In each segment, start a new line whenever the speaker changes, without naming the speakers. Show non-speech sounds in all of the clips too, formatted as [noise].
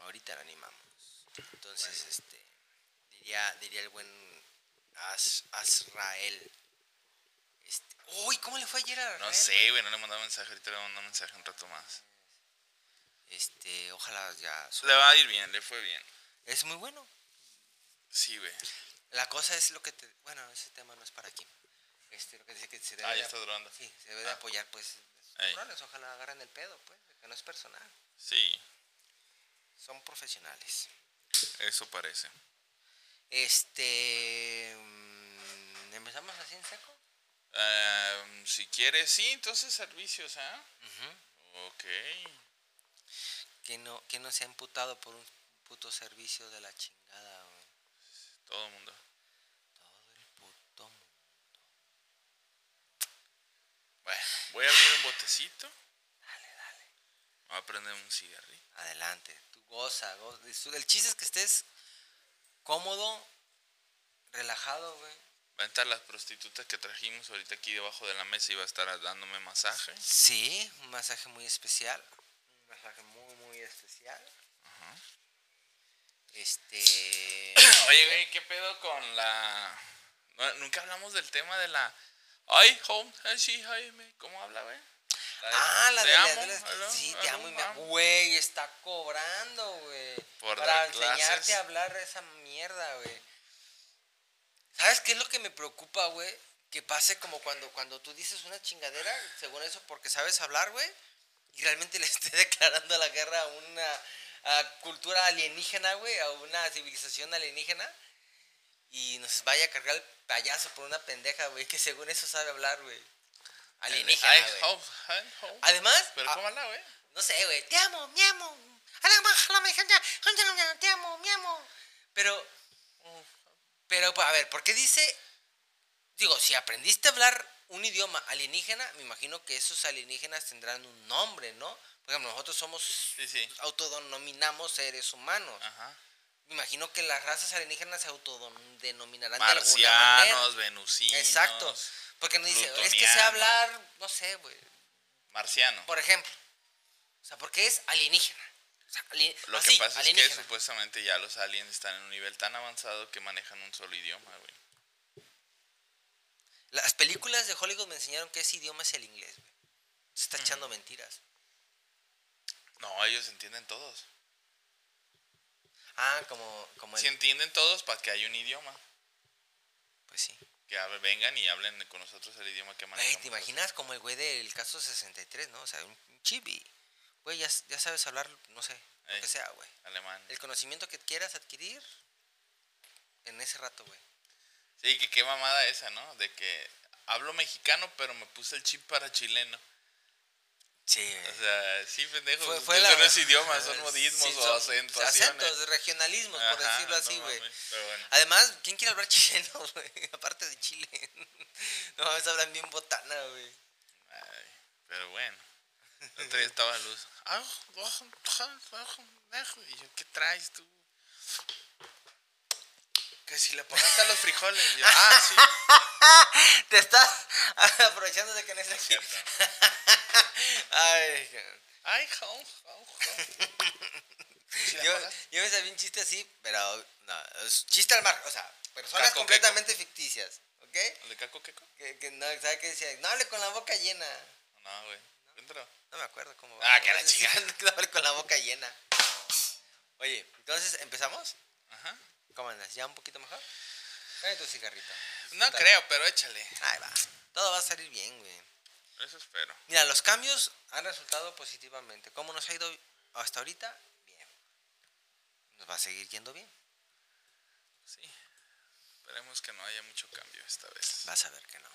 ahorita la animamos. Entonces, este, diría, diría el buen As, Azrael. Este, uy, ¿cómo le fue ayer a
No
Azrael?
sé, güey, no le he mandado mensaje, ahorita le voy a mandar mensaje un rato más.
Este, ojalá ya. su-
Le va a ir bien, le fue bien.
Es muy bueno.
Sí, güey.
La cosa es lo que te. Bueno, ese tema no es para aquí. Este, lo que dice que se debe,
Ah,
de,
ya está durando.
sí, se debe de
Ah.
apoyar, pues.
Ey.
morales, ojalá agarren el pedo, pues, de que no es personal.
Sí,
Son profesionales.
eso parece.
Este. mm, ¿Empezamos así en seco?
Ehm, si quieres, sí, entonces servicios, ¿ah? Ok.
Que no, que no se ha imputado por un puto servicio de la chingada, güey.
Todo el mundo.
Todo el puto mundo.
Bueno, voy a abrir un botecito.
Dale, dale.
Voy a prender un cigarrito.
Adelante. Tú goza, goza. disfruta. El chiste es que estés cómodo, relajado, güey.
Va a estar las prostitutas que trajimos ahorita aquí debajo de la mesa y va a estar dándome masaje.
Sí, un masaje muy especial. Un masaje muy, muy especial. Este.
[coughs] Oye, güey, ¿qué pedo con la... No, nunca hablamos del tema de la... Ay, home, ay, sí, ay, me... ¿Cómo habla, güey? de-
Ah, la
"Te
de la.
amo, ah.
de las-
hello,
sí, te
hello,
amo y me
amo".
Güey, está cobrando, güey.
Por
Para
dar
enseñarte
clases.
a hablar esa mierda, güey. ¿Sabes qué es lo que me preocupa, güey? Que pase como cuando, cuando tú dices una chingadera, según eso, porque sabes hablar, güey. Y realmente [laughs] le esté declarando la guerra a una a cultura alienígena, güey, a una civilización alienígena. Y nos vaya a cargar el payaso por una pendeja, güey, que según eso sabe hablar, güey. Alienígena,
Ay,
güey. ah.
home, ay, home.
Además,
Pero
a-
¿cómo habla, güey?
no sé, güey. Te amo, mi amo. A la baja, la meja, ya, ya, ya, ya, Te amo, mi amo. Pero, pero, pues, a ver, ¿por qué dice? Digo, si aprendiste a hablar un idioma alienígena, me imagino que esos alienígenas tendrán un nombre, ¿no? Por ejemplo, nosotros somos,
Sí, sí.
autodenominamos seres humanos.
Ajá.
Me imagino que las razas alienígenas se autodenominarán de alguna manera.
Marcianos, venusinos.
Exacto. Porque no dice, es que sé
plutonianos.
hablar, no sé, güey.
Marciano.
Por ejemplo. O sea, porque es alienígena. O sea, ali-
Lo
así,
que pasa es que
ah, alienígena.
supuestamente ya los aliens están en un nivel tan avanzado que manejan un solo idioma, güey.
Las películas de Hollywood me enseñaron que ese idioma es el inglés. güey. Se está echando mentiras.
No, ellos entienden todos.
Ah, como, como el-
Si entienden todos, para que haya un idioma.
Pues sí.
Que hable- vengan y hablen con nosotros el idioma que
Güey,
manejamos.
¿te imaginas como el güey del caso 63, no? O sea, un chibi. Güey, ya, ya sabes hablar, no sé, lo
Ey.
que sea, güey.
Alemán.
El conocimiento que quieras adquirir en ese rato, güey.
Sí, que qué mamada esa, ¿no? De que hablo mexicano, pero me puse el chip para chileno.
Sí.
O sea, sí, pendejo.
Fue,
Fue,
fue la...
No es idioma, son
[laughs] Sí,
modismos
son
o acentuaciones.
Acentos, regionalismos, por
Ajá,
decirlo
no
así, güey.
mames, pero bueno.
Además, ¿quién quiere hablar [laughs] chileno, güey? Aparte de Chile. [laughs] No mames, hablan bien botana, güey.
Ay, pero bueno. El otro día estaba luz. Ay, ojo, ojo, ojo, ojo. Y yo, ¿qué traes tú? Que si le pagaste a los frijoles. Y yo, ah, sí.
Te estás [laughs] aprovechando de que no es aquí. [laughs] Ay, cabrón.
Ay, jo, jo, [laughs] jo. Si la
yo,
pagaste.
yo me sabía un chiste así, pero no, es chiste al mar, o sea, personas
Caco,
completamente ficticias, ¿ok?
¿El de Caco Queco?
Que, que no, ¿sabes qué decía? No hable con la boca llena.
No, güey. Cuéntalo.
No me acuerdo cómo.
Ah, que la chica.
[laughs] No hable con la boca llena. Oye, entonces, ¿empezamos?
Ajá.
¿Cómo andas? ¿Ya un poquito mejor? Dame tu cigarrito.
No
Disfruta.
creo, pero échale.
Ahí va. Todo va a salir bien, güey.
Eso espero.
Mira, los cambios han resultado positivamente. ¿Cómo nos ha ido hasta ahorita? Bien. Nos va a seguir yendo bien.
Sí. Esperemos que no haya mucho cambio esta vez.
Vas a ver que no.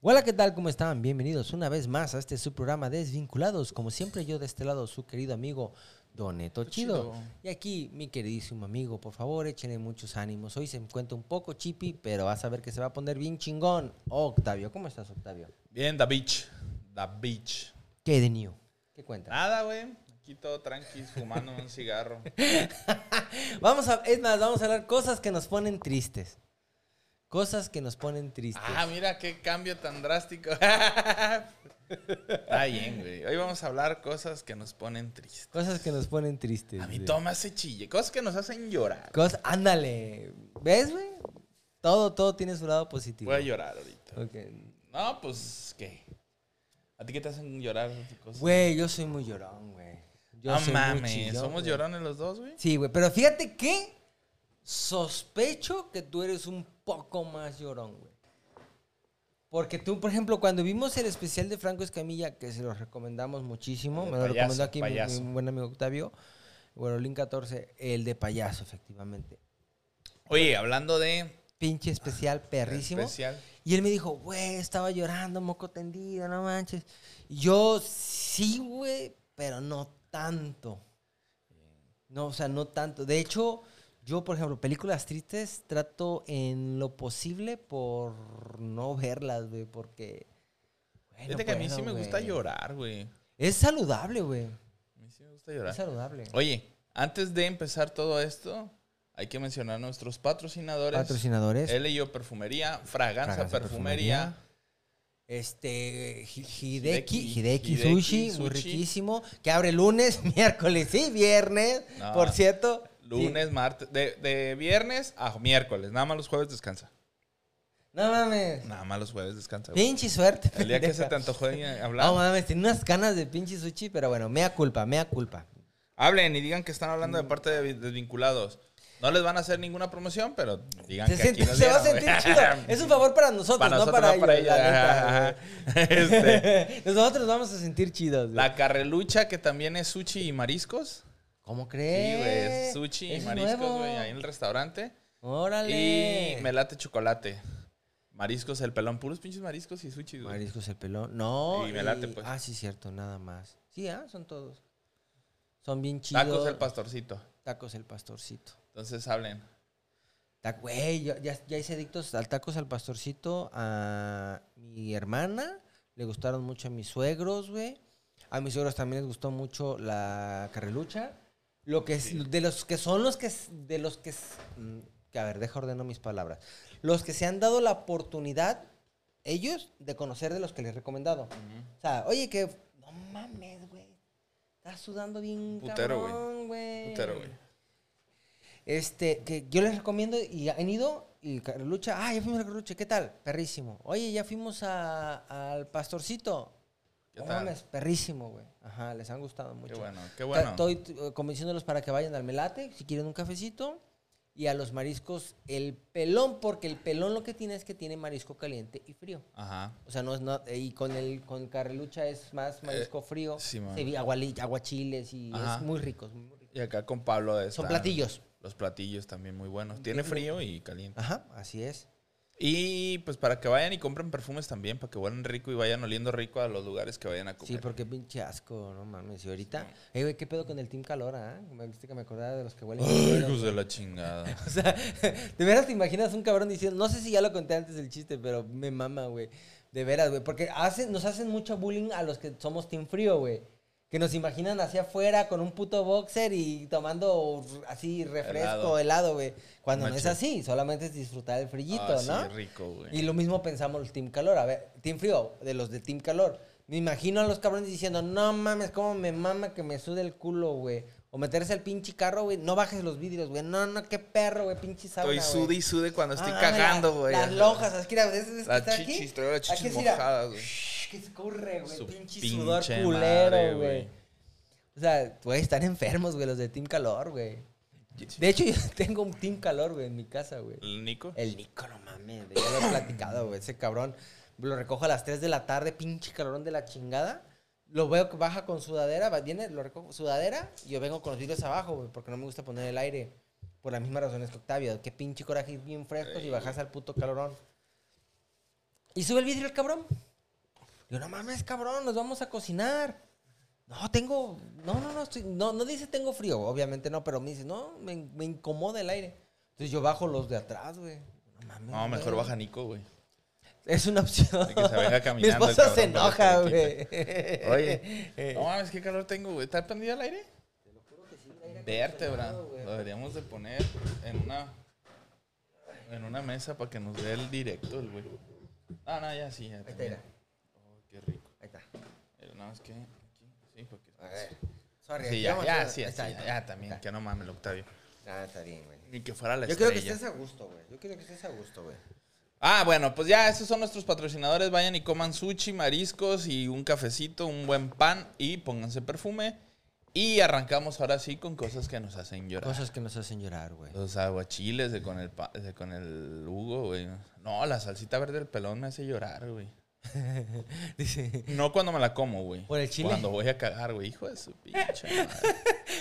Hola, ¿qué tal? ¿Cómo están? Bienvenidos una vez más a este su programa Desvinculados. Como siempre, yo de este lado, su querido amigo Doneto Chido.
Chido.
Y aquí, mi queridísimo amigo, por favor, échenle muchos ánimos. Hoy se encuentra un poco chippy, pero vas a ver que se va a poner bien chingón. Octavio, ¿cómo estás, Octavio?
Bien, The Beach. The Beach.
¿Qué hay de new? ¿Qué cuentas?
Nada, güey. Aquí todo tranqui, fumando un cigarro.
Vamos a, es más, vamos a hablar cosas que nos ponen tristes. Cosas que nos ponen tristes.
[laughs] Ah, mira qué cambio tan drástico. Está bien, güey. Hoy vamos a hablar cosas que nos ponen tristes.
Cosas que nos ponen tristes.
A mí
güey.
todo me hace chille. Cosas que nos hacen llorar.
Cos- ándale. ¿Ves, güey? Todo, todo tiene su lado positivo.
Voy a llorar ahorita.
Ok.
No, pues, ¿qué? ¿A ti qué te hacen llorar? Cosas?
Güey, yo soy muy llorón, güey. Yo
no
soy muy
mames,
chillón,
somos
güey.
llorones los dos, güey.
Sí, güey, pero fíjate que sospecho que tú eres un poco más llorón, güey. Porque tú, por ejemplo, cuando vimos el especial de Franco Escamilla, que se lo recomendamos muchísimo,
El de
me lo
payaso,
recomendó aquí mi-
payaso.
mi, buen amigo Octavio, Guarolín 14, el de payaso, efectivamente.
Oye, hablando de
Pinche especial
Ah,
perrísimo.
especial.
Y él me dijo, güey, estaba llorando, moco tendido, no manches. Y yo, sí, güey, pero no tanto. No, o sea, no tanto. De hecho, yo, por ejemplo, películas tristes trato en lo posible por no verlas, güey, porque... güey, no
Fíjate que a mí
puedo,
sí me gusta
güey.
llorar, güey.
Es saludable, güey.
A mí sí me gusta llorar.
Es saludable.
Oye, antes de empezar todo esto, hay que mencionar a nuestros patrocinadores.
Patrocinadores.
Él y yo Perfumería, Fraganza,
Fragancia
Perfumería.
Perfumería. Este, Hi- Hideki,
Hideki,
Hideki,
Hideki
sushi,
Sushi.
muy riquísimo, que abre lunes, [laughs] miércoles y viernes,
No.
por cierto.
Lunes, martes, de, de viernes a miércoles. Nada más los jueves descansa.
Sí. No mames.
Nada más los jueves descansa. güey.
Pinche suerte.
El día que
pendeja. [laughs]
se te antojó de hablar,
No mames, tiene unas ganas de pinche sushi, pero bueno, mea culpa, mea culpa.
hablen y digan que están hablando
Mm.
de parte de desvinculados. No les van a hacer ninguna promoción, pero digan
Se,
que
siente-
aquí los
se va a
vieron,
sentir
güey.
chido.
[laughs]
Es un favor para nosotros,
Para
no
nosotros,
para
no para
ellos. la
ellos.
[laughs]
Ajá. [laughs] Este,
neta, güey. Nosotros vamos a sentir chidos. güey.
La carrelucha, que también es sushi y mariscos.
¿Cómo
Sí, güey,
crees?
es sushi y
Eh, Es
mariscos,
nuevo.
güey, ahí en el restaurante.
Órale.
Y me late chocolate. Mariscos, el pelón, puros pinches mariscos y sushi, güey.
Mariscos el pelón. No.
Y me late, pues.
Ah, sí, cierto, nada más. Sí, ah, son todos. Son bien chidos.
Tacos, el pastorcito.
Tacos el pastorcito.
Entonces hablen.
Ta- Güey, yo- ya, ya hice adictos al tacos al pastorcito a mi hermana. Le gustaron mucho a mis suegros, güey. A mis suegros también les gustó mucho la carrelucha. Lo que es, de los que son los que, s- de los que, s- mm, que, a ver, deja ordeno mis palabras. Los que se han dado la oportunidad, ellos, de conocer de los que les he recomendado. O sea, oye, que, no mames, güey. Estás sudando bien,
Putero, güey.
cabrón, güey.
Putero, güey.
Este, que yo les recomiendo y han ido y Carlucha, ah, ya fuimos a Carlucha, ¿qué tal? Perrísimo. Oye, ya fuimos a- al Pastorcito.
¿Qué
No
tal?
mames, perrísimo, güey. Ajá, les han gustado mucho.
Qué bueno, qué bueno.
Ta- Estoy eh, convenciéndolos para que vayan al melate, si quieren un cafecito, y a los mariscos el pelón, porque el pelón lo que tiene es que tiene marisco caliente y frío.
Ajá.
O sea, no es no- y con el con carrelucha es más marisco frío,
Eh, sí, man.
se vi- aguali- aguachiles y
Ajá.
es muy rico, es muy rico.
Y acá con Pablo están
Son platillos.
Los platillos también muy buenos. Tiene frío y caliente.
Ajá, así es.
Y pues para que vayan y compren perfumes también, para que huelan rico y vayan oliendo rico a los lugares que vayan a comer.
Sí, porque pinche asco, no mames. Y ahorita, Ey, güey, ¿qué pedo con el Team Calor, ah? Me viste que me acordaba de los que huelen.
Ay,
culero.
hijos de la chingada.
[laughs]
Ah,
O sea, de veras te imaginas un cabrón diciendo, no sé si ya lo conté antes del chiste, pero me mama, güey. De veras, güey, porque hacen, nos hacen mucho bullying a los que somos Team Frío, güey. Que nos imaginan hacia afuera con un puto boxer y tomando así
Helado.
refresco, helado, güey. Cuando no es
Macho.
así, solamente es disfrutar el frillito,
Ah, sí,
¿no?
rico, güey.
Y lo mismo pensamos el Team Calor. A ver, Team Frío, de los de Team Calor. Me imagino a los cabrones diciendo, no mames, cómo me mama que me sude el culo, güey. O meterse al pinche carro, güey. No bajes los vidrios, güey. No, no, qué perro, güey. Pinche sauna,
Estoy sude
güey.
y sude cuando estoy
Ah,
cagando,
la-
güey.
Las
[laughs]
lonjas, es que mira, ¿ves- ves que
Las
está aquí?
chichis, traigo las
Aquí
chichis
es, mira,
mojadas, güey.
shh, Que escurre, güey.
Su
Pinche,
pinche
sudor
madre,
culero,
güey.
güey. O sea, güey, están enfermos, güey, los de Team Calor, güey. De Eh, hecho, [laughs] yo tengo un Team Calor, güey, en mi casa, güey.
¿El Nico?
El Nico, no mames, güey, ya lo he platicado, güey. Ese cabrón lo recojo a las 3 de la tarde, pinche calorón de la chingada. Lo veo que baja con sudadera, va- viene, lo recojo sudadera y yo vengo con los vidrios abajo, güey, porque no me gusta poner el aire. Por las mismas razones que Octavio, que pinche coraje ir bien frescos y bajas al puto calorón. Y sube el vidrio el cabrón. Yo, no mames, cabrón, nos vamos a cocinar. No, tengo. No, no, no, estoy- no, no dice tengo frío, obviamente no, pero me dice, no, me, me incomoda el aire. Entonces yo bajo los de atrás, güey. No mames.
No, mejor
güey.
baja Nico, güey.
Es una opción.
De que se venga caminando
[laughs] Mi
el
esposa se
cabrón para
enoja,
que
güey.
[laughs] Oye, no mames, qué calor tengo, güey. ¿Está prendido el aire? Vértebra. Lo deberíamos de poner en una... en una mesa para que nos dé el directo el güey. Ah, no, ya sí, ya.
está,
también.
mira.
Oh, qué rico.
Ahí está.
Pero no, es que aquí, sí, porque...
A ver. Sorry.
Sí,
aquí
ya,
vamos a-
ya, sí,
Ah, ahí
así,
está, ahí
ya,
está.
ya también,
Ahí
que no mames, Octavio.
Ah, está bien, güey.
Ni que fuera la
Yo
estrella.
creo que estés a gusto, güey. Yo creo que estés a gusto, güey.
Ah, bueno, pues ya, esos son nuestros patrocinadores. Vayan y coman sushi, mariscos y un cafecito, un buen pan y pónganse perfume. Y arrancamos ahora sí con cosas que nos hacen llorar.
Cosas que nos hacen llorar, güey.
Los aguachiles de con el, pa- de con el Hugo, güey. No, la salsita verde del pelón me hace llorar, güey.
Dice,
No cuando me la como, güey.
¿Por el chile?
Cuando voy a cagar, güey. Hijo de su pinche madre.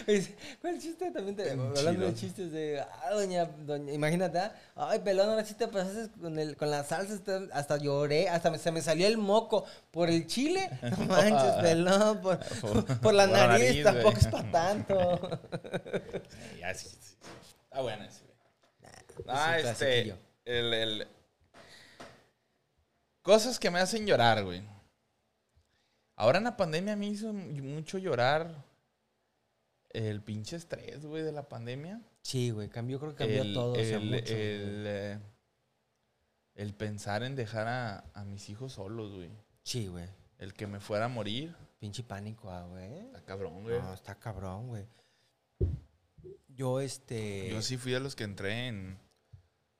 Dice, ¿Cuál chiste? También te,
Bien
hablando de
chido.
chistes de, ah, doña, doña, imagínate, ah, ay, pelón, ahora sí te pasaste con, el, con la salsa, hasta, hasta lloré, hasta me- se me salió el moco por el
[laughs]
chile. No manches, pelón, por, [laughs] por,
Por
la
la
nariz,
nariz,
tampoco
güey.
es
[laughs]
para tanto. [laughs]
Sí, ya, sí, sí. Está bueno ese, güey.
un
Ah, este.
clasiquillo.
El, el- Cosas que me hacen llorar, güey. Ahora en la pandemia me hizo mucho llorar el pinche estrés, güey, de la pandemia.
Sí, güey, cambió, creo que cambió
el,
todo, o sea,
el-
mucho. güey.
el, eh, el pensar en dejar a, a mis hijos solos, güey.
Sí, güey,
El que me fuera a morir.
pinche pánico, ah, güey.
Está cabrón, güey.
No, está cabrón, güey. Yo, este...
Yo sí fui de los que entré en,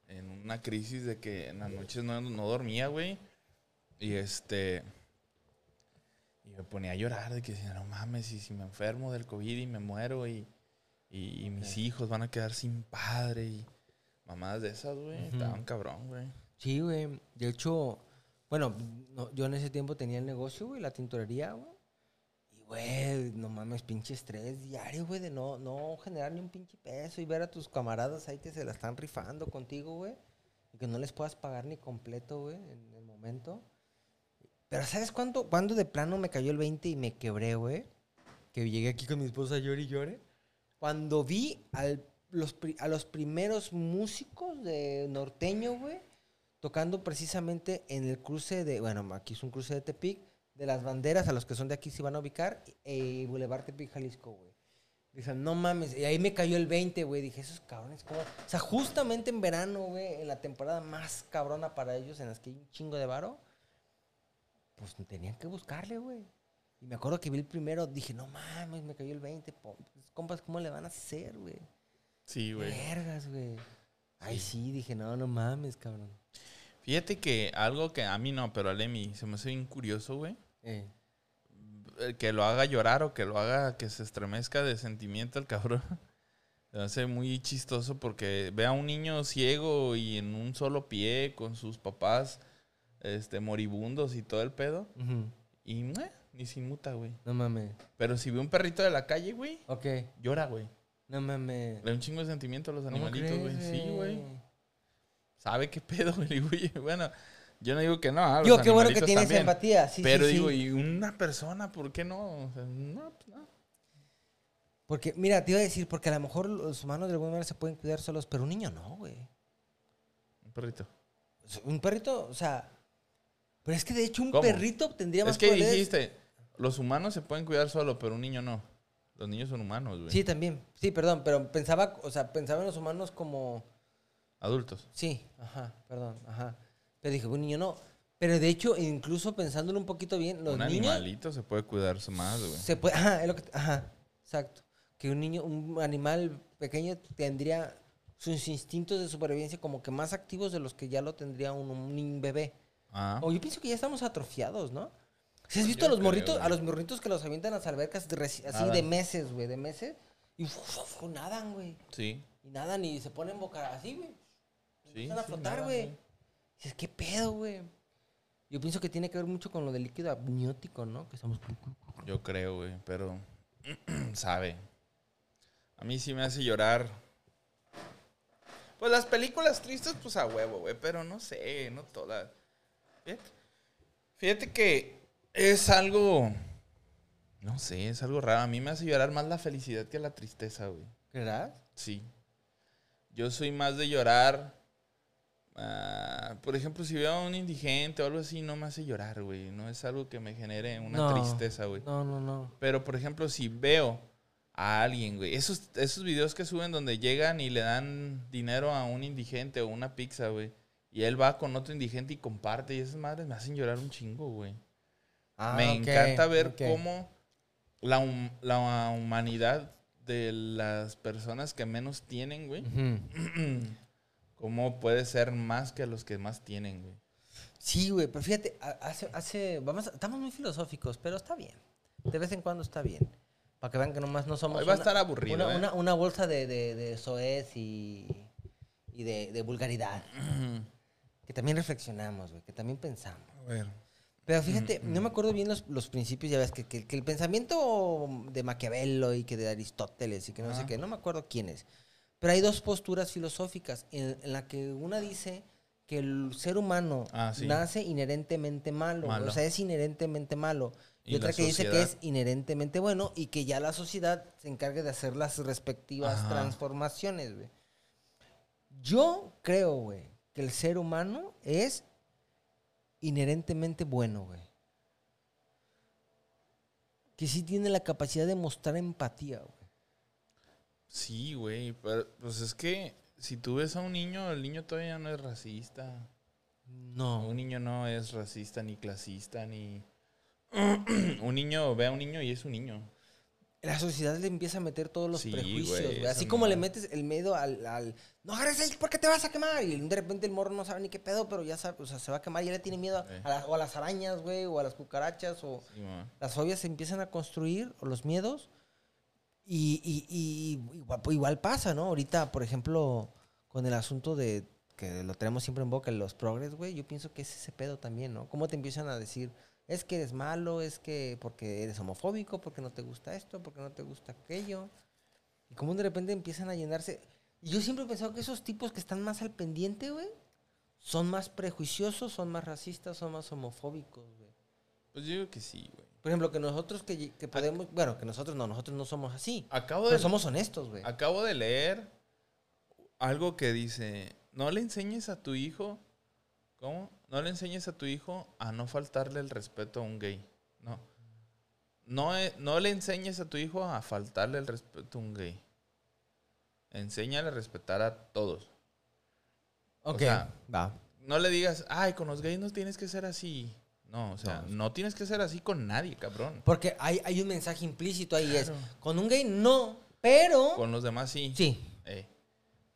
en una crisis de que en las noches no, no dormía, güey. Y este. Y me ponía a llorar de que decía, no mames, y si me enfermo del COVID y me muero y, y, y mis hijos van a quedar sin padre y mamadas de esas, güey. Estaban cabrón, güey.
Sí, güey. De hecho, bueno, no, yo en ese tiempo tenía el negocio, güey, la tintorería, güey. Y, güey, no mames, pinche estrés diario, güey, de no, no generar ni un pinche peso y ver a tus camaradas ahí que se la están rifando contigo, güey. Y que no les puedas pagar ni completo, güey, en el momento. Pero ¿sabes cuánto, cuándo de plano me cayó el 20 y me quebré, güey? Que llegué aquí con mi esposa llore y llore. Cuando vi al, los, pri- a los primeros músicos de norteño, güey, tocando precisamente en el cruce de, bueno, aquí es un cruce de Tepic, de las banderas a los que son de aquí se van a ubicar, y Boulevard Tepic Jalisco, güey. Dicen, no mames, y ahí me cayó el 20, güey. Dije, esos cabrones, ¿cómo? O sea, justamente en verano, güey, en la temporada más cabrona para ellos, en las que hay un chingo de varo, pues tenían que buscarle, güey. Y me acuerdo que vi el primero, dije, no mames, me cayó el 20, po- Pues, compas, ¿cómo le van a hacer, güey?
Sí, güey.
Vergas, güey. Ay, sí, dije, no, no mames, cabrón.
Fíjate que algo que a mí no, pero a Lemi se me hace bien curioso, güey.
Eh.
el que lo haga llorar o que lo haga que se estremezca de sentimiento el cabrón. [laughs] Se me hace muy chistoso porque ve a un niño ciego y en un solo pie con sus papás este, moribundos y todo el pedo.
Ujú.
Y meh, ni se muta, güey.
No mames.
Pero si ve un perrito de la calle, güey,
Ok.
llora, güey.
No mames.
Le da un chingo de sentimiento a los
¿Cómo
animalitos, güey.
crees,
Sí, güey. Sabe qué pedo, [laughs] güey. Le digo, "Oye, Bueno, yo no digo que no. ah,
Yo,
los
qué bueno que
animalitos
tienes
también".
empatía. Sí,
Pero
sí,
digo,
sí.
y una persona, ¿por qué no? O sea, no, pues, no.
Porque, mira, te iba a decir, porque a lo mejor los humanos de alguna manera se pueden cuidar solos, pero un niño no, güey.
Un perrito.
O sea, Un perrito, o sea. Pero es que de hecho un
¿Cómo?
perrito tendría más
Es que
poderes.
dijiste, los humanos se pueden cuidar solo, pero un niño no. Los niños son humanos, güey.
Sí, también. Sí, perdón, pero pensaba, o sea, pensaba en los humanos como.
Adultos.
Sí, ajá, perdón, ajá. Pero dije, un niño no. Pero de hecho, incluso pensándolo un poquito bien, los
un
niños
animalito se puede cuidarse más, güey.
Se puede, ajá, es lo que, ajá, exacto. Que un niño, un animal pequeño tendría sus instintos de supervivencia como que más activos de los que ya lo tendría un, un bebé.
Ah,
O yo pienso que ya estamos atrofiados, ¿no? ¿Sí has visto a los
Pues Yo creo,
morritos, a
güey.
los morritos que los avientan a las albercas de reci- así de
Nadan.
meses, güey, de meses? Y uf, uf, uf, nadan, güey.
sí.
Y nadan y se ponen boca así, güey.
Sí,
Empiezan a
sí,
flotar,
nadan,
güey.
güey.
Dices, ¿qué pedo, güey? Yo pienso que tiene que ver mucho con lo del líquido amniótico, ¿no? Que estamos...
Yo creo, güey, pero [clears throat] sabe. A mí sí me hace llorar. Pues las películas tristes, pues a huevo, güey, pero no sé, no todas. Fíjate, fíjate que es algo, no sé, es algo raro. A mí me hace llorar más la felicidad que la tristeza, güey.
¿Verdad?
Sí. Yo soy más de llorar. ah, por ejemplo, si veo a un indigente o algo así, no me hace llorar, güey. No es algo que me genere una
No,
tristeza, güey.
No, no, no.
Pero, por ejemplo, si veo a alguien, güey. Esos, esos videos que suben donde llegan y le dan dinero a un indigente o una pizza, güey. Y él va con otro indigente y comparte. Y esas madres me hacen llorar un chingo, güey.
Ah,
me
ok,
encanta ver
ok.
cómo la, hum- la humanidad de las personas que menos tienen, güey.
Ujú.
cómo puede ser más que los que más
[clears throat]
tienen, güey.
Sí, güey, pero fíjate, ha- hace, hace, vamos, a- estamos muy filosóficos, pero está bien. De vez en cuando está bien. Para que vean que nomás no somos.
Hoy va a
una-
estar aburrido,
Una,
eh.
una- una bolsa de, de, de soez y, y de, de vulgaridad. Que también reflexionamos, güey, que también pensamos.
A ver.
Pero fíjate, no me acuerdo bien los, los principios, ya ves, que, que- que el pensamiento de Maquiavelo y que de Aristóteles y que no sé
Ajá.
qué, no me acuerdo quiénes. Pero hay dos posturas filosóficas en, en la que una dice que el ser humano
Ah, sí.
nace inherentemente malo,
Malo.
o sea, es inherentemente malo. Y,
Y
otra
la
que dice que
sociedad.
es inherentemente bueno y que ya la sociedad se encargue de hacer las respectivas
Ajá.
transformaciones, güey. Yo creo, güey, que el ser humano es inherentemente bueno, güey. Que sí tiene la capacidad de mostrar empatía, güey.
Sí, güey, pero pues es que si tú ves a un niño, el niño todavía no es racista.
No.
Un niño no es racista ni clasista ni [clears throat] un niño ve a un niño y es un niño.
La sociedad le empieza a meter todos los
Sí,
prejuicios,
güey,
güey. Así
esa
como le
madre.
metes el miedo al, al, No agarres ahí porque te vas a quemar. Y de repente el morro no sabe ni qué pedo, pero ya sabe, o sea, se va a quemar. Ya le tiene miedo a,
Sí.
a la- o a las arañas, güey, o a las cucarachas, o...
Sí, ma.
las fobias se empiezan a construir, o los miedos, y, y- y igual, pues, igual pasa, ¿no? Ahorita, por ejemplo, con el asunto de que lo tenemos siempre en boca, los progres, güey, yo pienso que es ese pedo también, ¿no? ¿Cómo te empiezan a decir, es que eres malo, es que porque eres homofóbico, porque no te gusta esto, porque no te gusta aquello? Y cómo de repente empiezan a llenarse. Y yo siempre he pensado que esos tipos que están más al pendiente, güey, son más prejuiciosos, son más racistas, son más homofóbicos, güey.
Pues yo digo que sí, güey.
Por ejemplo, que nosotros que, lle- que podemos, bueno, que nosotros no, nosotros no somos así.
Acabo
Pero
de
somos honestos, güey.
acabo de leer algo que dice, no le enseñes a tu hijo ¿Cómo? No le enseñes a tu hijo a no faltarle el respeto a un gay. No. No, e- no le enseñes a tu hijo a faltarle el respeto a un gay. Enséñale a respetar a todos.
Ok,
o sea,
va.
No le digas, ay, con los gays no tienes que ser así. No, o sea, no, tienes que ser así con nadie, cabrón.
Porque hay, hay un mensaje implícito ahí,
Claro.
es, con un gay no, pero...
Con los demás sí.
Sí.
Eh,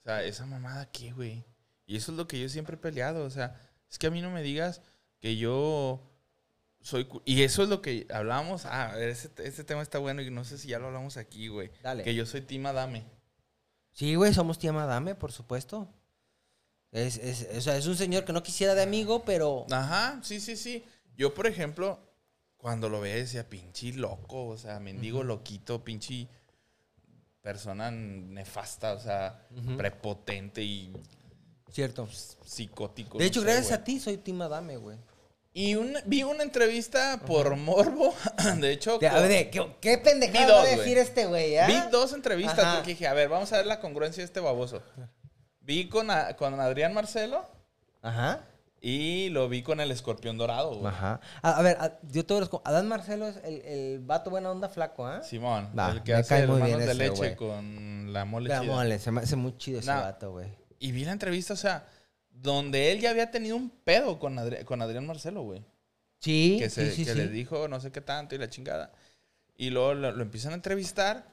O sea, esa mamada qué, güey. Y eso es lo que yo siempre he peleado. O sea, es que a mí no me digas que yo soy... cu- Y eso es lo que hablábamos. Ah, ese, este tema está bueno y no sé si ya lo hablamos aquí, güey.
Dale.
Que yo soy Tim Adame.
Sí, güey, somos tía Madame, por supuesto. Es, es, o sea, es un señor que no quisiera de amigo, pero...
Ajá, sí, sí, sí. Yo, por ejemplo, cuando lo veía decía, pinche loco, o sea, mendigo loquito, pinche persona nefasta, o sea, prepotente y
Cierto.
psicótico.
De
no
hecho,
sé,
gracias
güey.
a ti soy tía Madame, güey.
Y una- vi una entrevista por morbo, [laughs] de hecho.
De- a
con-
ver, de- ¿qué, qué
Vi
pendejada
dos,
va a decir
güey.
este güey, ah?
Vi dos entrevistas
Ajá.
porque dije, a ver, vamos a ver la congruencia de este baboso. Vi con, a- con Adrián Marcelo
Ajá.
y lo vi con el escorpión dorado, güey.
Ajá. A, a ver, a- yo todos los... co- Adán Marcelo es el, el vato buena onda flaco, ¿ah?
Simón,
Va,
el que
me
hace
cae muy
hermanos
bien
de
ese,
leche
güey.
con la mole.
La
chida.
mole, se me hace muy chido ese
Nah.
vato, güey.
Y vi la entrevista, o sea, donde él ya había tenido un pedo con, Adri- con Adrián Marcelo, güey.
Sí,
que se-
sí, sí,
que
sí.
le dijo no sé qué tanto y la chingada. Y luego lo, lo empiezan a entrevistar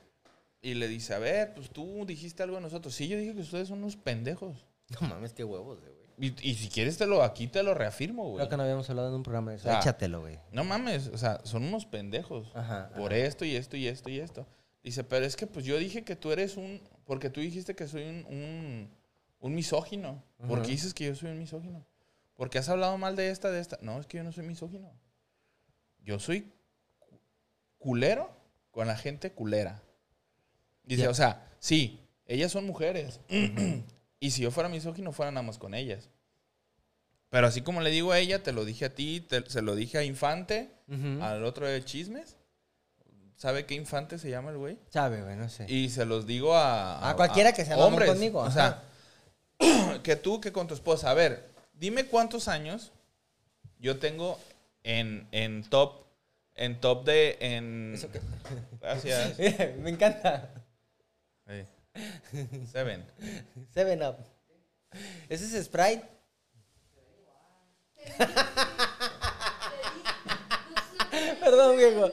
y le dice, a ver, pues tú dijiste algo de nosotros. Sí, yo dije que ustedes son unos pendejos.
[laughs] No mames, qué huevos, eh, güey.
Y, y si quieres te lo, aquí te lo reafirmo, güey.
Creo que no habíamos hablado en un programa de eso.
O sea,
Échatelo, güey.
No mames, o sea, son unos pendejos.
Ajá,
Por esto y esto y esto y esto. Dice, pero es que pues yo dije que tú eres un... Porque tú dijiste que soy un, un, un misógino. ¿Por qué dices que yo soy un misógino? Porque has hablado mal de esta, de esta. No, es que yo no soy misógino. Yo soy cu- culero con la gente culera. Dice,
Ya.
o sea, sí, ellas son mujeres. [clears throat] y si yo fuera misógino, fuera nada más con ellas. Pero así como le digo a ella, te lo dije a ti, te- se lo dije a Infante,
Ujú.
al otro de Chismes. ¿Sabe qué Infante se llama el güey?
Sabe, güey, no sé.
Y se los digo a...
A cualquiera que sea mamón
hombres.
conmigo,
O sea, [clears throat] que tú, que con tu esposa. A ver, dime cuántos años yo tengo en, en top En top de. En...
¿Eso qué?
Gracias.
[laughs] [laughs] Me encanta.
Sí. Seven.
Seven Up. ¿Ese es Sprite? [laughs] perdón, viejo.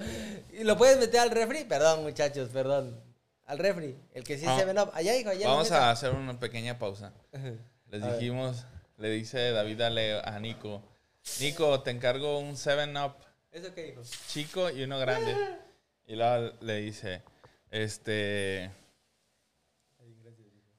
¿Y lo puedes meter al refri? Perdón, muchachos, perdón. Al refri, el que sí es
Ah.
Seven Up. Allá, hijo, allá.
Vamos a
la
hacer una pequeña pausa.
mesa.
Les
A ver.
dijimos, le dice David a, Leo- a Nico: Nico, te encargo un seven up
¿Eso qué, hijo?
chico y uno grande. Y luego le dice: Este.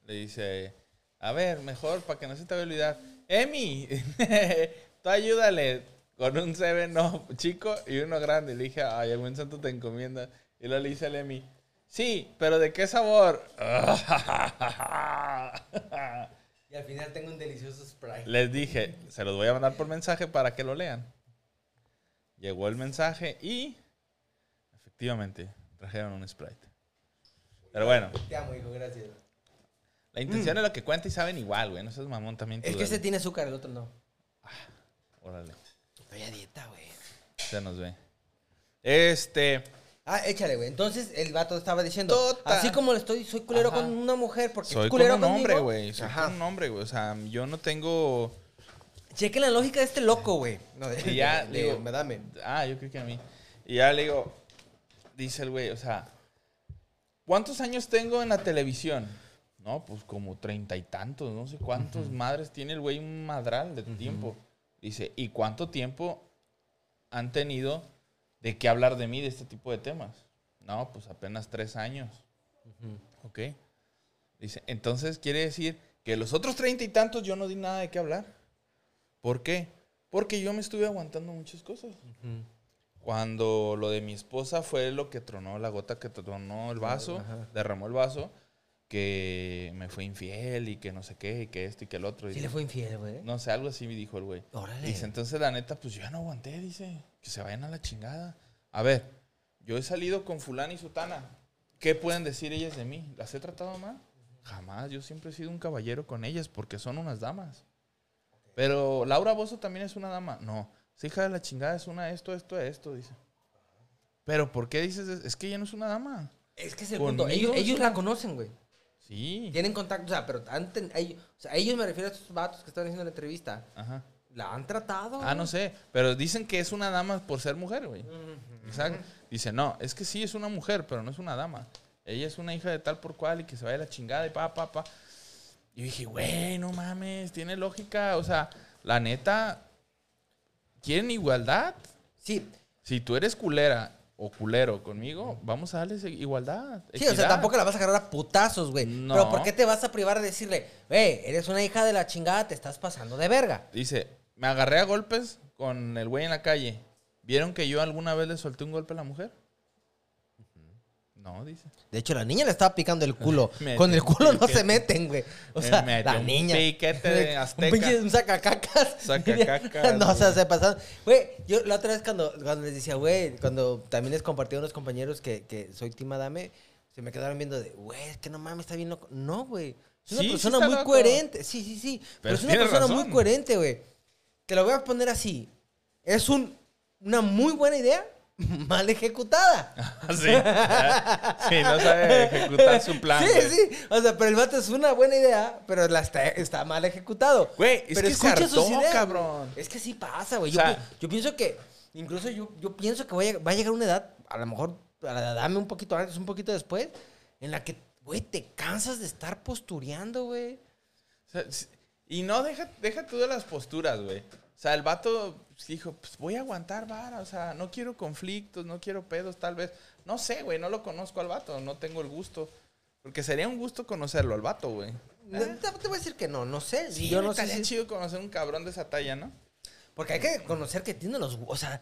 Le dice: A ver, mejor para que no se te vaya a olvidar. Emi, [laughs] tú ayúdale con un seven up chico y uno grande. Y le dije: Ay, el buen santo te encomienda. Y luego le dice al Emi: Sí, pero ¿de qué sabor? [laughs]
Y al final tengo un delicioso Sprite.
Les dije, se los voy a mandar por mensaje para que lo lean. Llegó el mensaje y efectivamente trajeron un sprite. Pero bueno,
Te amo, hijo, gracias.
la intención es lo que cuenta y saben igual, güey. No seas mamón también. tú,
Mm. Es que ese
dale.
tiene azúcar, el otro no.
Órale,
Estoy a dieta, güey.
se nos ve. Este,
Ah, échale, güey. Entonces el vato estaba diciendo,
Tota.
así como le estoy, soy culero
Ajá.
con una mujer porque
soy
es
como
culero
un hombre,
conmigo.
güey. Soy
Ajá.
como un hombre, güey. O sea, yo no tengo...
Chequen la lógica de este loco, güey. No, de,
Y ya,
de-
digo-
de- me dame.
Ah, yo creo que a mí. Y ya le digo, dice el güey, o sea, ¿cuántos años tengo en la televisión? No, pues como treinta y tantos, no sé cuántos madres tiene el güey un madral de tiempo. Dice, ¿y cuánto tiempo han tenido de qué hablar de mí de este tipo de temas? No, pues apenas tres años. Ok. Dice, entonces quiere decir que los otros treinta y tantos yo no di nada de qué hablar. ¿Por qué? Porque yo me estuve aguantando muchas cosas. Cuando lo de mi esposa fue lo que tronó, la gota que tronó el vaso, derramó el vaso, que me fue infiel y que no sé qué, y que esto y que el otro.
Sí
y-
le fue infiel, güey.
No sé, algo así me dijo el güey.
Órale.
Dice, entonces la neta, pues yo ya no aguanté, dice, que se vayan a la chingada. A ver, yo he salido con fulana y sutana. ¿Qué pueden decir ellas de mí? ¿Las he tratado mal? Jamás, yo siempre he sido un caballero con ellas porque son unas damas. Pero Laura Bozo también es una dama. No, esa hija de la chingada es una esto, esto, esto, dice. Pero ¿por qué dices? Es que ella no es una dama.
Es que es el
Conmigo
punto. Ellos,
es
ellos la conocen, güey.
Sí.
Tienen contacto, o sea, pero han ten- ellos, o sea, ellos me refiero a estos vatos que están haciendo la entrevista.
Ajá.
La han tratado.
Ah, no sé, pero dicen que es una dama por ser mujer, güey. Exacto. Dice, no, es que sí es una mujer, pero no es una dama. Ella es una hija de tal por cual y que se vaya a la chingada y pa, pa, pa. Y yo dije, güey, no mames, tiene lógica. O sea, la neta, ¿quieren igualdad?
Sí.
Si tú eres culera o culero conmigo, vamos a darles igualdad.
Sí, o sea,
equidad.
tampoco la vas a agarrar a putazos, güey.
No.
Pero ¿por qué te vas a privar de decirle, güey, eres una hija de la chingada, te estás pasando de verga?
Dice, me agarré a golpes con el güey en la calle. ¿Vieron que yo alguna vez le solté un golpe a la mujer? No, [laughs] dice.
De hecho, la niña le estaba picando el
[laughs]
culo.
Me
Con el
metió un
culo no
piquete.
se meten, güey. O
Me
sea,
metió
la
un
niña.
piquete de azteca.
Un pinche un sacacacas.
[laughs] Sacacacas,
[laughs] no, o sea,
güey.
se pasaron. Güey, yo la otra vez cuando, cuando les decía, güey, cuando también les compartí a unos compañeros que, que soy Tim Adame, se me quedaron viendo de, güey, es que no mames, está bien loco. No, güey. Es una
Sí, sí
persona
está
muy
loco.
coherente. Sí, sí, sí. Pero,
Pero
es una
tiene
persona muy
razón.
coherente, güey. Te lo voy a poner así. Es un, una muy buena idea, [laughs] mal ejecutada.
Así. Ah, sí, no sabe ejecutar su plan.
Sí,
güey.
sí. O sea, pero el vato es una buena idea, pero la está, está mal ejecutado.
Güey, es
pero
que se hartó, cabrón.
Es que sí pasa, güey.
O
Yo,
sea-
pi- yo pienso que, incluso yo, yo pienso que voy a- va a llegar una edad, a lo mejor, a la- dame un poquito antes, un poquito después, en la que, güey, te cansas de estar postureando, güey.
O sea, s- y no, deja, deja tú de las posturas, güey. O sea, el vato dijo, pues voy a aguantar vara, o sea, no quiero conflictos, no quiero pedos, tal vez. No sé, güey, no lo conozco al vato, no tengo el gusto. Porque sería un gusto conocerlo al vato, güey.
No, te, te voy a decir que no, no sé.
Ah. Sí,
yo no sé
estaría
si-
chido conocer un cabrón de esa talla, ¿no?
Porque hay que conocer que tiene los... gu- O sea,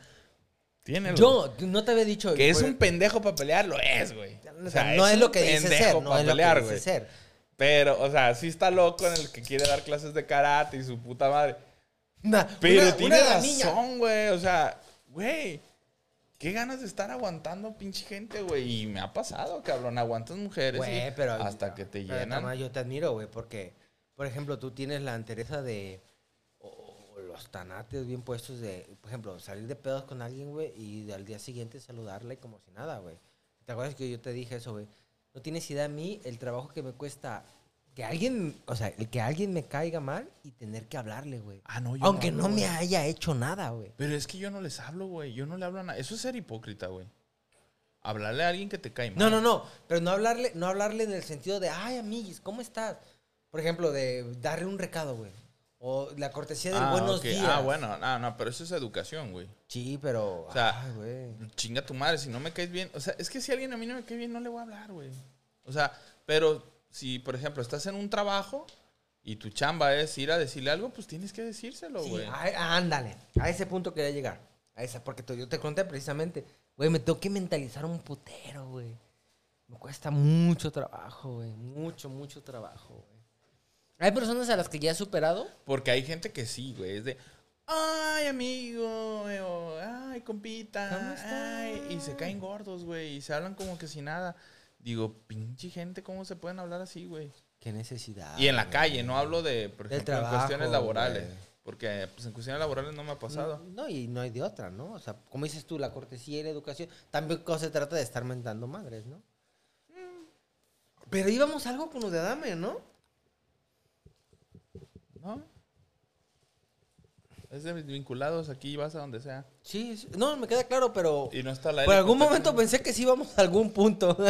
Tiene
yo no te había dicho...
Eh, Que es
güey,
un pendejo para pelear, lo es, güey.
Pues, o sea, no es
un
lo que dice
pendejo
ser, no
pa'
es lo
pelear,
que dice
güey.
ser.
Pero, o sea, sí está loco en el que quiere dar clases de karate y su puta madre.
Una-
Pero
una-
tiene
una niña.
razón, güey. O sea, güey. Qué ganas de estar aguantando pinche gente, güey. Y me ha pasado, cabrón. Aguantas mujeres y
Güey, pero-
hasta que te
pero,
llenan.
Tamayo, yo te admiro, güey, porque, por ejemplo, tú tienes la entereza de. O, o- o lo los tanates bien puestos de, por ejemplo, salir de pedos con alguien, güey, y al día siguiente saludarle como si nada, güey. ¿Te acuerdas que yo te dije eso, güey? No tienes idea a mí el trabajo que me cuesta que alguien, o sea, el que alguien me caiga mal y tener que hablarle, güey.
Ah, no, yo
Aunque
hablo,
no me
güey.
haya hecho nada, güey.
Pero es que yo no les hablo, güey. Yo no le hablo a nadie. Eso es ser hipócrita, güey. Hablarle a alguien que te cae mal.
No, no, no. Pero no hablarle, no hablarle en el sentido de, ay, amiguis, ¿cómo estás? Por ejemplo, de darle un recado, güey. O la cortesía del
Ah,
buenos
ok.
días.
Ah, bueno, no, no, pero eso es educación, güey.
Sí, pero.
O sea,
ay, güey.
Chinga tu madre, si no me caes bien. O sea, es que si alguien a mí no me cae bien, no le voy a hablar, güey. O sea, pero si, por ejemplo, estás en un trabajo y tu chamba es ir a decirle algo, pues tienes que decírselo,
Sí,
güey.
ay, ándale. A ese punto quería llegar. A esa, porque te- yo te conté precisamente. Güey, me tengo que mentalizar un putero, güey. Me cuesta mucho trabajo, güey. Mucho, mucho trabajo, güey. Hay personas a las que ya he superado.
Porque hay gente que sí, güey. Es de, ay, amigo, eh, o, ay, compita.
¿Cómo está?
ay", y se caen gordos, güey. Y se hablan como que si nada. Digo, pinche gente, ¿cómo se pueden hablar así, güey?
Qué necesidad.
Y en la
Ah, güey.
calle, no hablo de, por
Del
ejemplo,
trabajo,
en cuestiones laborales.
güey.
Porque pues, en cuestiones laborales no me ha pasado.
No, y no hay de otra, ¿no? O sea, como dices tú, la cortesía y la educación, tampoco se trata de estar mentando madres, ¿no? Mm. Pero íbamos algo con lo de Adame, ¿no?
¿No? Es de mis vinculados, aquí vas a donde sea.
Sí, sí. no, me queda claro, pero
Y no está la pues,
por
Erika,
algún
está-
momento pensé que sí íbamos a algún punto. [laughs]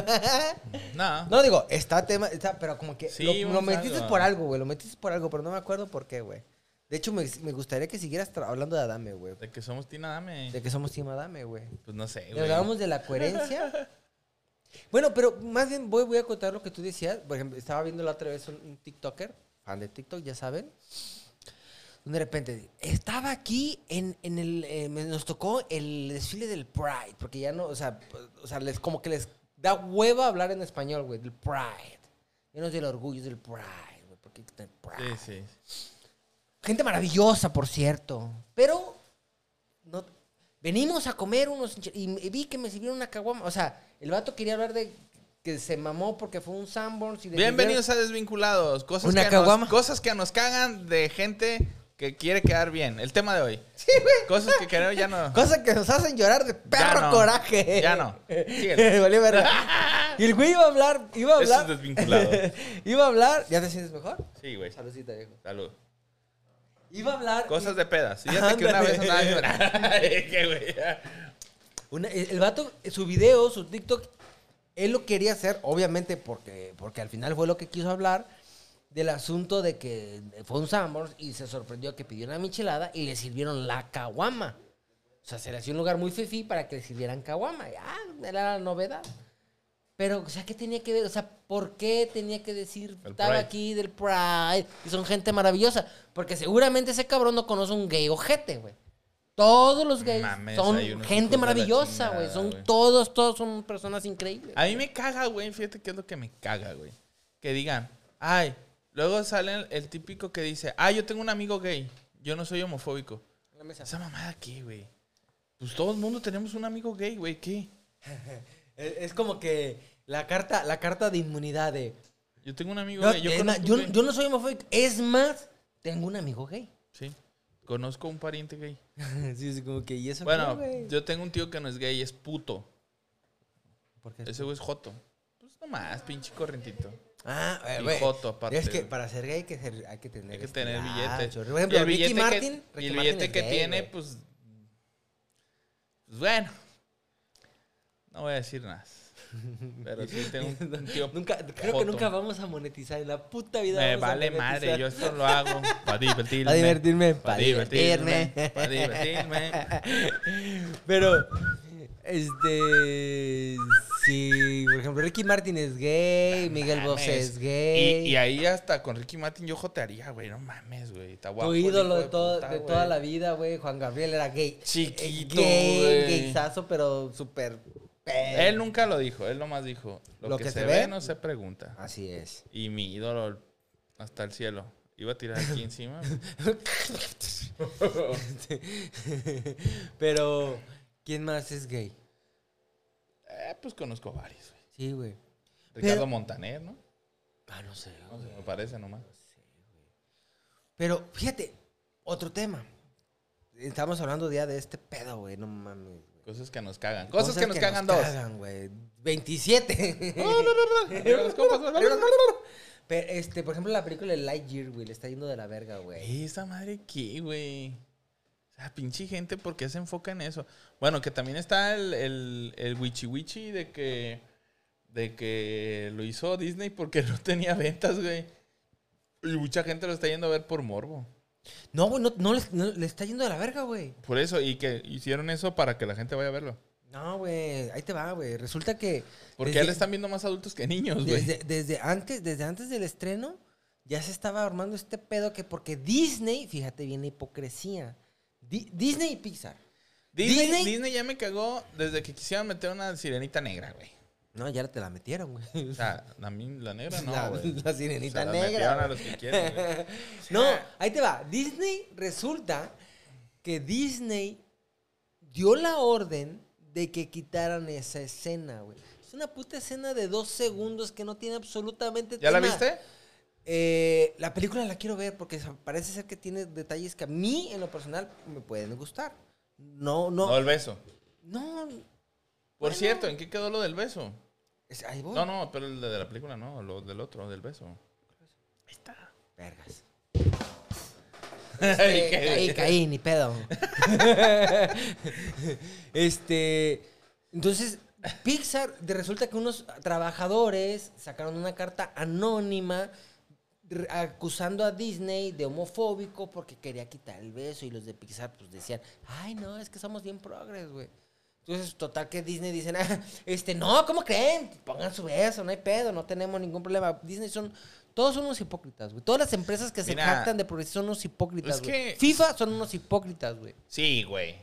Nah.
no, digo, está tema, está, pero como que
Sí,
lo- lo,
íbamos a
metiste
algo.
por algo, güey, lo metiste por algo, pero no me acuerdo por qué, güey. De hecho, me, me gustaría que siguieras tra- hablando de Adame, güey.
De que somos Tina Dame.
De que somos Team Adame, güey.
Pues no sé,
Le
güey.
hablábamos de la
[laughs]
coherencia. Bueno, pero más bien voy, voy a contar lo que tú decías. Por ejemplo, estaba viendo la otra vez un, un TikToker, fan de TikTok, ya saben. De repente, estaba aquí en, en el. eh, me- nos tocó el desfile del Pride, porque ya no. O sea, p- o sea les, como que les da hueva hablar en español, güey, del Pride. Menos del orgullo, es del Pride, güey, porque está el Pride.
Sí, sí.
Gente maravillosa, por cierto. Pero no, venimos a comer unos enchi- y, me- y vi que me sirvieron una caguama. O sea, el vato quería hablar de que se mamó porque fue un Sanborns y le
Bienvenidos a Desvinculados. Cosas,
Una
que nos,
caguama.
cosas que nos cagan de gente que quiere quedar bien. El tema de hoy. Cosas que creo ya
[laughs]
no.
sirvieron- Cosas que nos hacen llorar de perro
no.
coraje.
Ya no.
[laughs]
Síguele.
Valió verga.
[laughs]
Y el güey iba a hablar, iba a
Eso es
hablar. [laughs]
desvinculado.
iba a hablar. ¿Ya te sientes mejor?
Sí, güey.
Saludcita, viejo.
Salud.
Iba a hablar.
Cosas de pedas. Fíjate que una
Ándale.
vez andaba llorando. [laughs] Ay, qué güey.
Una- e, el el vato, eh, su video, su TikTok, él lo quería hacer, obviamente, porque, porque al final fue lo que quiso hablar del asunto de que fue un Sanborns y se sorprendió que pidió una michelada y le sirvieron la caguama. O sea, se le hacía un lugar muy fifí para que le sirvieran caguama. Ya, era la novedad. Pero, o sea, ¿qué tenía que ver? O sea, ¿por qué tenía que decir
El
estaba
Pride".
aquí del Pride? Y son gente maravillosa. Porque seguramente ese cabrón no conoce un gay ojete, güey. Todos los gays
Mames, hay
son
unos hijos
gente
de la
maravillosa, güey.
chingada,
Son
güey.
todos, todos son personas increíbles.
A mí me caga, güey. Fíjate qué es lo que me caga, güey. Que digan, ay, luego sale el, el típico que dice, ah, yo tengo un amigo gay. Yo no soy homofóbico.
La mesa.
Esa mamada, ¿qué, güey? Pues todo el mundo tenemos un amigo gay, güey. ¿Qué?
Es es como que la carta, la carta de inmunidad de.
Yo tengo un amigo
No,
gay. Yo
es más,
conozco
yo,
un gay.
yo no soy homofóbico. Es más, tengo un amigo gay. [laughs]
Sí. Conozco un pariente gay.
sí, es como que, ¿y eso
Bueno,
qué, güey?
yo tengo un tío que no es gay, es puto.
¿Por qué?
Ese güey es joto. Pues nomás, pinche corrientito.
Ah, eh,
Y
güey.
joto, aparte,
Es que
güey.
para ser gay hay que, ser- hay que tener.
Hay que
este
tener billetes.
gancho. Por ejemplo, Ricky Martin.
Que,
Ricky
y el
Martin
billete
es
que
gay,
tiene,
güey.
pues. Pues bueno. No voy a decir nada. Pero sí tengo pues,
[laughs]
un, un tío.
Nunca, creo
joto.
que nunca vamos a monetizar. En la puta vida.
Me
vamos a
vale
monetizar.
madre, yo esto lo hago
[laughs]
para divertirme.
Para divertirme,
Para
para
divertirme.
divertirme.
Para divertirme.
[laughs] Pero, este. Sí, por ejemplo, Ricky Martin es gay, Miguel Bosé
Mames.
es
Y,
gay.
y ahí hasta con Ricky Martin yo jotearía, güey. No mames, güey. Está guapo.
tu
el hijo
ídolo de, todo-
puta,
de
güey.
toda la vida, güey. Juan Gabriel era gay. eh,
Chiquito,
Gay,
güey.
gaysazo, pero súper. pe-
Él nunca lo dijo, él nomás dijo. Lo, que, se, ve no se pregunta.
Así
[laughs]
es.
Y mi ídolo el- hasta el cielo. Iba a tirar [laughs] aquí encima.
[laughs] pero, ¿quién más es gay?
Eh, pues conozco varios, güey.
Sí, güey. Pero-
Ricardo Montaner, ¿no?
Ah, no sé.
No sé, me parece nomás.
Pero, fíjate, otro tema. Estamos hablando ya de este pedo, güey. No mames, güey.
Cosas que nos cagan. Cosas, que, nos cagan dos.
cagan, güey. [laughs] 27.
Arriba las copas.
Pero, este, por ejemplo, la película de Lightyear, güey, le está yendo de la verga, güey.
Esa madre qué, güey. O sea, pinche gente, ¿por qué se enfoca en eso? Bueno, que también está el, el, el wichi wichi de que, de que lo hizo Disney porque [laughs] no tenía ventas, güey. Y mucha gente lo está yendo a ver por morbo.
No, güey, no, no le, no le está yendo de la verga, güey.
Por eso, y que hicieron eso para que la gente vaya a verlo.
No, güey, ahí te va, güey. Resulta que...
Porque
desde-
ya le están viendo más adultos que niños, güey.
desde, desde antes, desde antes del estreno ya se estaba armando este pedo que porque Disney, fíjate bien la hipocresía. Di- Disney y Pixar.
Disney,
Disney-
Disney ya me cagó desde que quisieron meter una sirenita negra, güey.
No, ya te la metieron, güey.
O sea, a mí la negra
[laughs] La-
no, güey.
la sirenita
O sea, la
negra,
metieron a
güey. [laughs]
los que quieren, güey.
No,
Ah.
ahí te va. Disney resulta que Disney dio la orden de que quitaran esa escena, güey. Es una puta escena de dos segundos que no tiene absolutamente
¿Ya la
tema.
viste?
Eh, la película la quiero ver porque parece ser que tiene detalles que a mí, en lo personal, me pueden gustar. No,
No,
no.
el beso.
No.
Por
Bueno.
cierto, ¿en qué quedó lo del beso?
es- ahí voy.
No, no, pero el de de la película no, lo del otro,
[laughs]
del beso.
Vergas.
Ay, [laughs] qué-
caí, Eh, caí, ni pedo. [laughs] este. Entonces, Pixar, de- resulta que unos trabajadores sacaron una carta anónima r- acusando a Disney de homofóbico porque quería quitar el beso y los de Pixar pues decían, ay no, es que somos bien progres, güey. Entonces, total que Disney dicen, "Ah, este, no, ¿cómo creen? Pongan su beso, no hay pedo, no tenemos ningún problema. Disney son, todos son unos hipócritas, güey. Todas las empresas que
Mira,
se jactan de progres son unos hipócritas,
es
güey.
que-
FIFA son unos hipócritas, güey.
Sí, güey.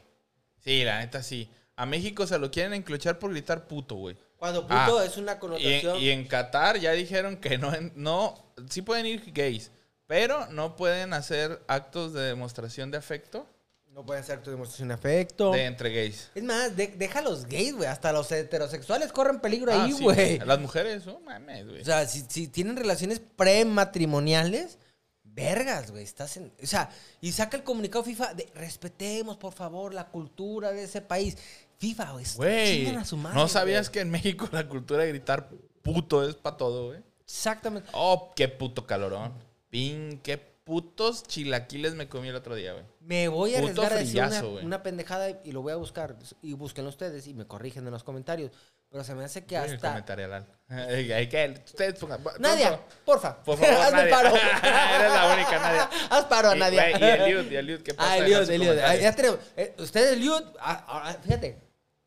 Sí, la neta sí. A México se lo quieren enclochar por gritar puto, güey.
Cuando
Ah,
puto es una
Y, en-
connotación.
y en Qatar ya dijeron que no, en- no, sí pueden ir gays, pero no pueden hacer actos de demostración de afecto
No pueden ser tu demostración de afecto.
de entre gays.
Es más, de- deja a los gays, güey. Hasta los heterosexuales corren peligro
Ah,
ahí,
sí,
güey.
Las mujeres, no mames, güey.
O sea, si, si tienen relaciones prematrimoniales, vergas, güey. Estás en. O sea, y saca el comunicado FIFA de respetemos, por favor, la cultura de ese país. FIFA, güey.
Güey,
chingan a su madre,
¿no sabías
güey.
que en México la cultura de gritar puto es para todo, güey?
Exactamente.
Oh, qué puto calorón. Pin, qué putos chilaquiles me comí el otro día, güey.
Me voy a
Puto
arriesgar a decir una,
frillazo, güey.
una pendejada y lo voy a buscar. Y búsquenlo ustedes y me corrigen en los comentarios. Pero se me hace que
Voy a
hasta.
comentar [laughs] al- Ay, ay, que ustedes pongan.
Nadia, porfa.
Por
[laughs]
favor,
hazme
Nadia.
paro.
[laughs] Eres la única, Nadia.
Haz paro a
Y,
Nadia.
Eh, güey, y Eliud, y Eliud, ¿qué pasa?
Ah,
Deja
Eliud,
su
Eliud. Ah,
comentario.
ya tenemos. Eh, ustedes, Eliud, ah, ah, fíjate,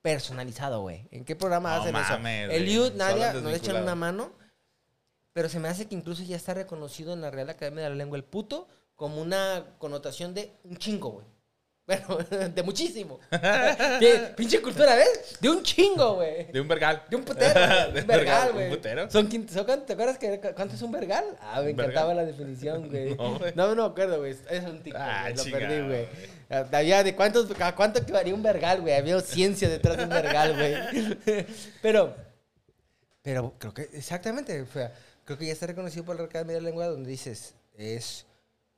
personalizado, güey. ¿En qué programa
No
hacen
mames,
eso?
güey.
Eliud,
Solo
Nadia,
han
nos echan
desvinculado.
una mano. Pero se me hace que incluso ya está reconocido en la Real Academia de la Lengua el puto como una connotación de un chingo, güey. [laughs] Bueno, de muchísimo. [laughs] Que Pinche cultura, ¿ves? De un chingo, güey.
De un vergal.
De un putero. güey.
[laughs] De
un vergal,
Un
güey.
putero.
Son, quin- son, ¿Te acuerdas que, cuánto es un vergal? Ah, me
¿Un vergal?
encantaba la
[laughs]
definición, güey.
No,
No,
güey.
no, me acuerdo, güey. Es un tico,
Ah,
güey, lo
chingado,
perdí, güey. Había de cuántos, a cuánto equivalía un vergal, güey. Había ciencia detrás de un vergal, güey. [laughs] Pero, pero creo que, exactamente, fue, creo que ya está reconocido por la Academia de la Lengua donde dices, es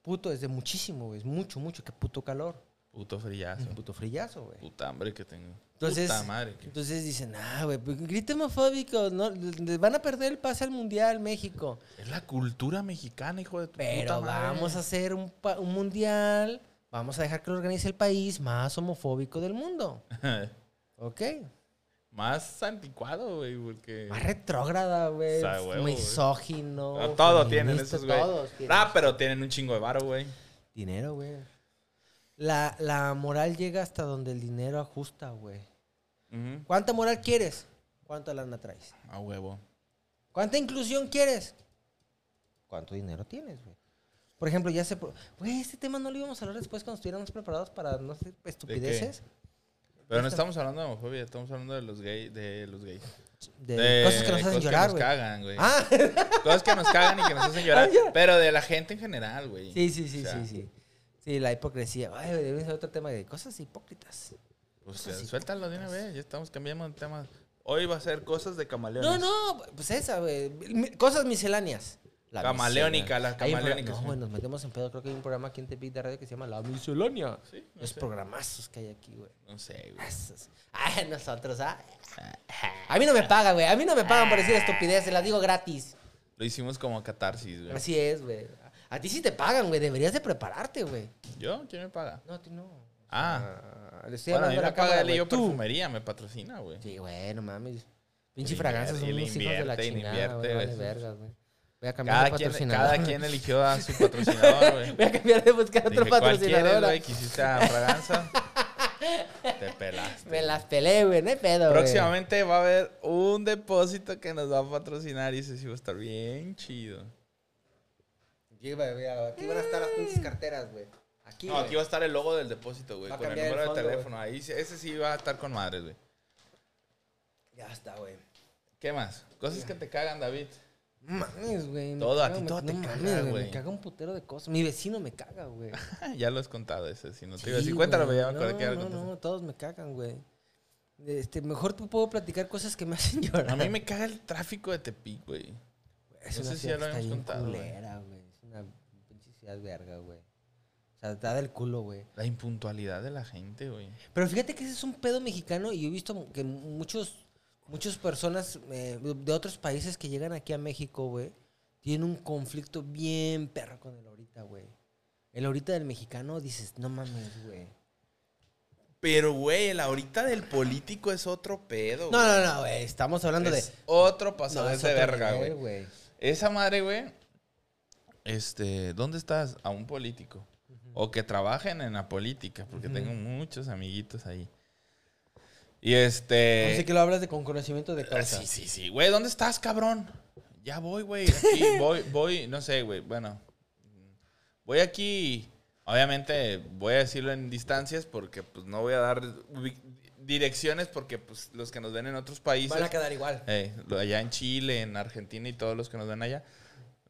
puto, es de muchísimo, güey. Es mucho, mucho, que puto calor.
Puto frillazo.
Puto frillazo, güey.
Puta hambre que tengo.
Entonces,
Puta madre. que-
entonces dicen, ah, güey, pues, grita homofóbico, no, les van a perder el pase al Mundial México.
Es la cultura mexicana, hijo de tu
Pero
puta madre.
vamos a hacer un, pa- un Mundial, vamos a dejar que lo organice el país más homofóbico del mundo. ¿Ok?
[laughs] Más anticuado, güey, porque...
Más retrógrada, güey.
Sa- huevo, güey.
misógino.
A todo tienen
feminista,
esos, güey.
Todos tienen
Ah, pero tienen un chingo de varo, güey.
dinero, güey. La, la moral llega hasta donde el dinero ajusta, güey.
Ujú.
¿Cuánta moral quieres? ¿Cuánta lana traes?
A huevo.
¿Cuánta inclusión quieres? ¿Cuánto dinero tienes, güey? Por ejemplo, ya se... pro- Güey, este tema no lo íbamos a hablar después cuando estuviéramos preparados para no hacer estupideces.
Pero no estamos hablando de homofobia, estamos hablando de los, gay, de los gays.
De,
De
cosas que nos hacen llorar, güey.
Cosas que nos cagan, güey.
Ah, [laughs]
Cosas que nos cagan y que nos hacen llorar.
Ah, ya.
Pero de la gente en general, güey.
sí, sí, sí,
O sea,
sí, sí. Sí, la hipocresía. Ay, güey, debe ser otro tema de cosas hipócritas.
Pues
Cosas
eh,
así.
suéltalo de una vez, ya estamos cambiando de tema. Hoy va a ser cosas de camaleones.
No, no, pues esa, güey. Mi- Cosas misceláneas. La
Camaleónica,
miscelánea.
la
Hay un programa-
camaleónica,
No,
sí.
güey, nos metemos en pedo. Creo que hay un programa aquí en Tepic de radio que se llama La Miscelánea.
Sí, no
Los
sé.
programazos que hay aquí, güey.
No sé, güey.
Esos. Ah, nosotros, ah. A mí no me pagan, güey. A mí no me pagan por decir estupideces. Las digo gratis.
Lo hicimos como catarsis, güey.
Así es, güey. A ti sí te pagan, güey. Deberías de prepararte, güey.
¿Yo? ¿Quién me paga?
No, a ti no.
Ah.
Ah, le estoy
Bueno, a mí
hablando a
me
la cámara,
paga él y
güey.
yo
Tú.
perfumería, me patrocina, güey.
Sí, güey, no mames. Pinche
Y le
fragancias son
invierte, y le
unos hijos de la
invierte, y le
chingada, güey.
invierte,
Vale
güey.
vergas, güey. Voy a cambiar
Cada
de
quien,
patrocinador.
cada quien eligió a su patrocinador, güey.
[laughs] Voy a cambiar de buscar otro
Dije, ¿cuál quieres,
patrocinador.
güey? ¿Quisiste a
[laughs]
Fraganza? Te pelaste.
Me las peleé, güey, no hay pedo, güey.
Próximamente va a haber un depósito que nos va a patrocinar y eso sí va a estar bien chido.
Aquí, güey, mira, aquí van a estar las pinches carteras, güey. Aquí,
No, aquí
güey.
va a estar el logo del depósito, güey,
Va a
con el
cambiar el
número de
fondo,
teléfono. Ahí, sí- ese sí va a estar con madres, güey.
Ya está, güey.
¿Qué más? Cosas que te cagan, David.
Mames, güey. me
Todo, a
caga,
ti
me-
todo te
no
caga,
mames, Me
güey.
caga un putero de cosas. Mi vecino me caga, güey.
Ah, ya lo has contado ese, si no te
Sí,
iba a decir, cuéntalo,
güey.
güey, ya me acordé
no,
que ya lo
No,
contaste.
no, todos me cagan, güey. Este, mejor te puedo platicar cosas que me [laughs] hacen llorar.
A mí me caga el tráfico de Tepic, güey.
Es
No
una
sé si
ciudad
ya lo
que está
habíamos
bien
contado, güey.
culera, güey. Es una pinche ciudad verga, güey. O sea, da del culo, güey.
La impuntualidad de la gente, güey.
Pero fíjate que ese es un pedo mexicano y yo he visto que muchos, muchas personas eh, de otros países que llegan aquí a México, güey, tienen un conflicto bien perro con el ahorita, güey. El ahorita del mexicano dices, no mames, güey.
Pero, güey, la ahorita del político es otro pedo.
No,
güey.
no, no, güey. Estamos hablando de...
Es otro
No,
pasado
es
de
otro
verga,
nivel,
güey. Esa madre, güey. Este, ¿dónde estás? A un político. O que trabajen en la política, porque tengo muchos amiguitos ahí. Y este.
Así que lo hablas de con conocimiento de
Ah,
causa.
Sí, sí, sí. Güey, ¿dónde estás, cabrón? Ya voy, güey. Aquí
[laughs]
voy, voy, no sé, güey. Bueno. Voy aquí. Obviamente voy a decirlo en distancias porque pues no voy a dar ubi- direcciones porque pues los que nos ven en otros países.
Van a quedar igual.
Ey, lo- allá en Chile, en Argentina y todos los que nos ven allá.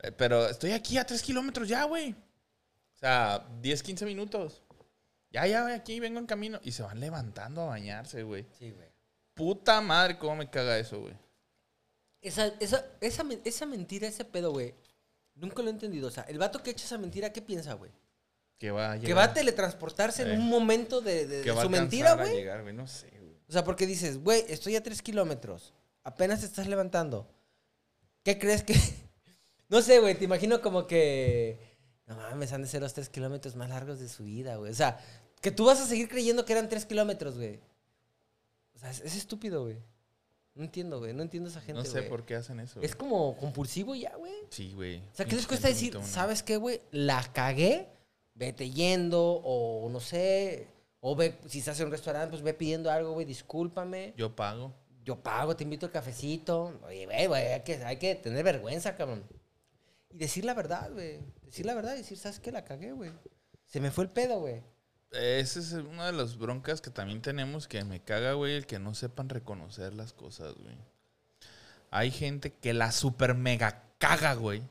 Eh, pero estoy aquí a 3 kilómetros ya, güey. O sea, 10, 15 minutos. Ya, ya, güey, aquí vengo en camino. Y se van levantando a bañarse, güey.
Sí, güey.
Puta madre, cómo me caga eso, güey.
Esa, esa, esa, men- esa mentira, ese pedo, güey. Nunca lo he entendido. O sea, el vato que echa esa mentira, ¿qué piensa, güey?
Que va a llegar.
Que va a teletransportarse
Eh.
en un momento de, de- de
que va a
su
alcanzar
mentira,
a
güey.
llegar, güey, No sé, güey.
O sea, porque dices, güey, estoy a tres kilómetros. Apenas te estás levantando. ¿Qué crees que...? [laughs] no sé, güey, te imagino como que... No mames, han de ser los tres kilómetros más largos de su vida, güey. O sea, que tú vas a seguir creyendo que eran tres kilómetros, güey. O sea, es, es estúpido, güey. No entiendo, güey. No entiendo a esa gente,
No sé
güey.
por qué hacen eso.
Es
güey.
como compulsivo ya, güey.
Sí, güey.
O sea, ¿qué les cuesta decir, sabes qué, güey? La cagué, vete yendo, o no sé, o ve, si estás en un restaurante, pues ve pidiendo algo, güey, discúlpame,
Yo pago.
yo pago, te invito al cafecito. Oye, güey, güey, hay que, hay que tener vergüenza, cabrón. Y decir la verdad, güey. Decir la verdad y decir, ¿sabes qué? La cagué, güey. Se me fue el pedo, güey.
Esa es una de las broncas que también tenemos que me caga, güey, el que no sepan reconocer las cosas, güey. Hay gente que la super mega caga, güey.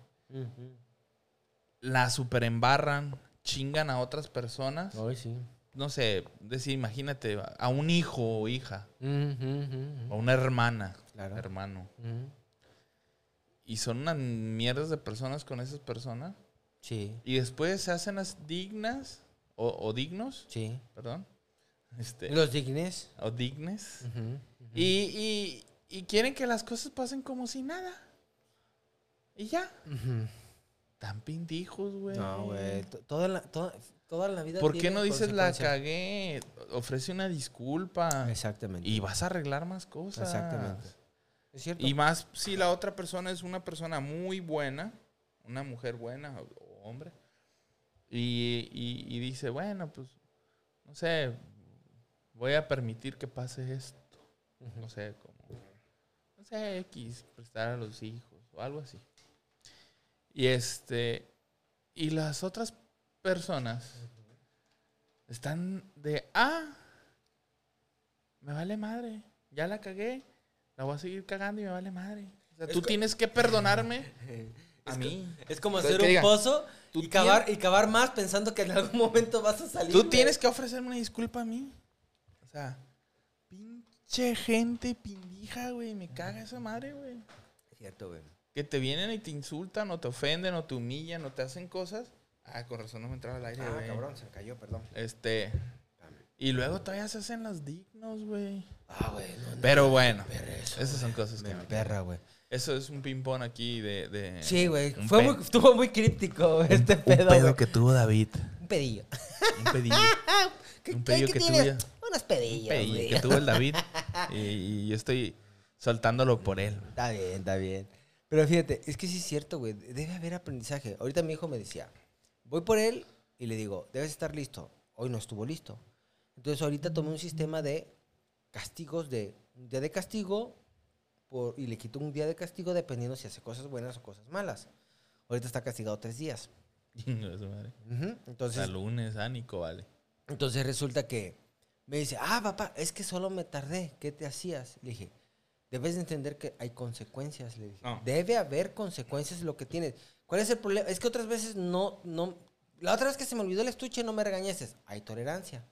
La super embarran, chingan a otras personas.
Ay, sí.
No sé, decir, imagínate, a un hijo o hija, o a una hermana,
Claro.
hermano. Y son unas mierdas de personas con esas personas.
Sí,
Y después se hacen las dignas, o, o dignos,
sí.
perdón. Este,
Los dignes.
o dignes.
Ujú.
Y, y- y quieren que las cosas pasen como si nada. Y ya.
Ujú.
Tan pindijos, güey.
No, güey. to- Toda la, toda, toda la vida.
¿Por qué
tiene
no dices la
consecuencias.
cagué? Ofrece una disculpa.
Exactamente.
Y vas a arreglar más cosas.
Exactamente. ¿Es cierto?
Y más si la otra persona es una persona muy buena, una mujer buena o- o hombre, y, y- y dice, bueno, pues, no sé, voy a permitir que pase esto. No sé, como, no sé, X, prestar a los hijos o algo así. Y este, y las otras personas están de, ah, me vale madre, ya la cagué, la voy a seguir cagando y me vale madre. O sea, tú tienes que perdonarme [laughs]
eh,
a mí.
es como
Que
hacer un
digan,
pozo
tú
y cavar, y cavar más pensando que en algún momento vas a salir.
Tú
güey.
tienes que ofrecerme una disculpa a mí. O sea, pinche gente pindija, güey, me caga esa madre, güey.
Es Cierto, güey.
que te vienen y te insultan o te ofenden o te humillan o te hacen cosas. Ah, con razón no me entraba el aire,
Ah,
güey.
cabrón, se me cayó, perdón.
Este. Y luego todavía se hacen las dignos, güey.
Ah, güey. no, no,
Pero bueno,
perra eso,
esas son cosas que
me
me
perra, güey.
Eso es un ping-pong aquí de. de-
Sí, güey.
un
Fue
pe-
muy, estuvo muy críptico güey, este pedo.
Un pedo
güey.
que tuvo David.
Un pedillo.
Un
[laughs]
pedillo.
Ah, ¿qué, qué-
Un pedillo
qué
que
tienes?
tuya.
Unas
un
pedillas,
pedillo
güey.
que tuvo el David. Y, y yo estoy soltándolo por él. [laughs]
Está bien, está bien. Pero fíjate, es que sí es cierto, güey. Debe haber aprendizaje. Ahorita mi hijo me decía, voy por él y le digo, debes estar listo. Hoy no estuvo listo. Entonces ahorita tomé un sistema de castigos de un día de castigo por- y le quito un día de castigo dependiendo si hace cosas buenas o cosas malas. Ahorita está castigado tres días.
Chinga su madre.
Ujú. Entonces,
Hasta lunes, ánico, vale.
entonces resulta que me dice, ah, papá, es que solo me tardé, ¿qué te hacías? Le dije, debes de entender que hay consecuencias, le dije.
No.
Debe haber consecuencias lo que tienes. ¿Cuál es el problema? Es que otras veces no, no, la otra vez que se me olvidó el estuche no me regañeses. Hay tolerancia.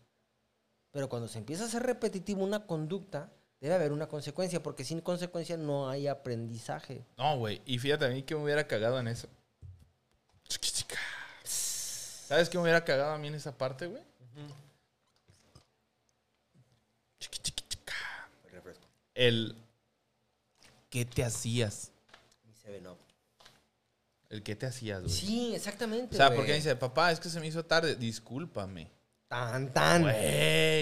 Pero cuando se empieza a ser repetitivo una conducta, debe haber una consecuencia, porque sin consecuencia no hay aprendizaje.
No, güey. Y fíjate a mí que me hubiera cagado en eso. ¿Sabes qué me hubiera cagado a mí en esa parte, güey? El. ¿Qué te hacías?
Y se ve, no.
El qué te hacías, güey.
Sí, exactamente.
O sea,
güey.
porque dice, papá, es que se me hizo tarde. Discúlpame.
Tan, tan.
Güey,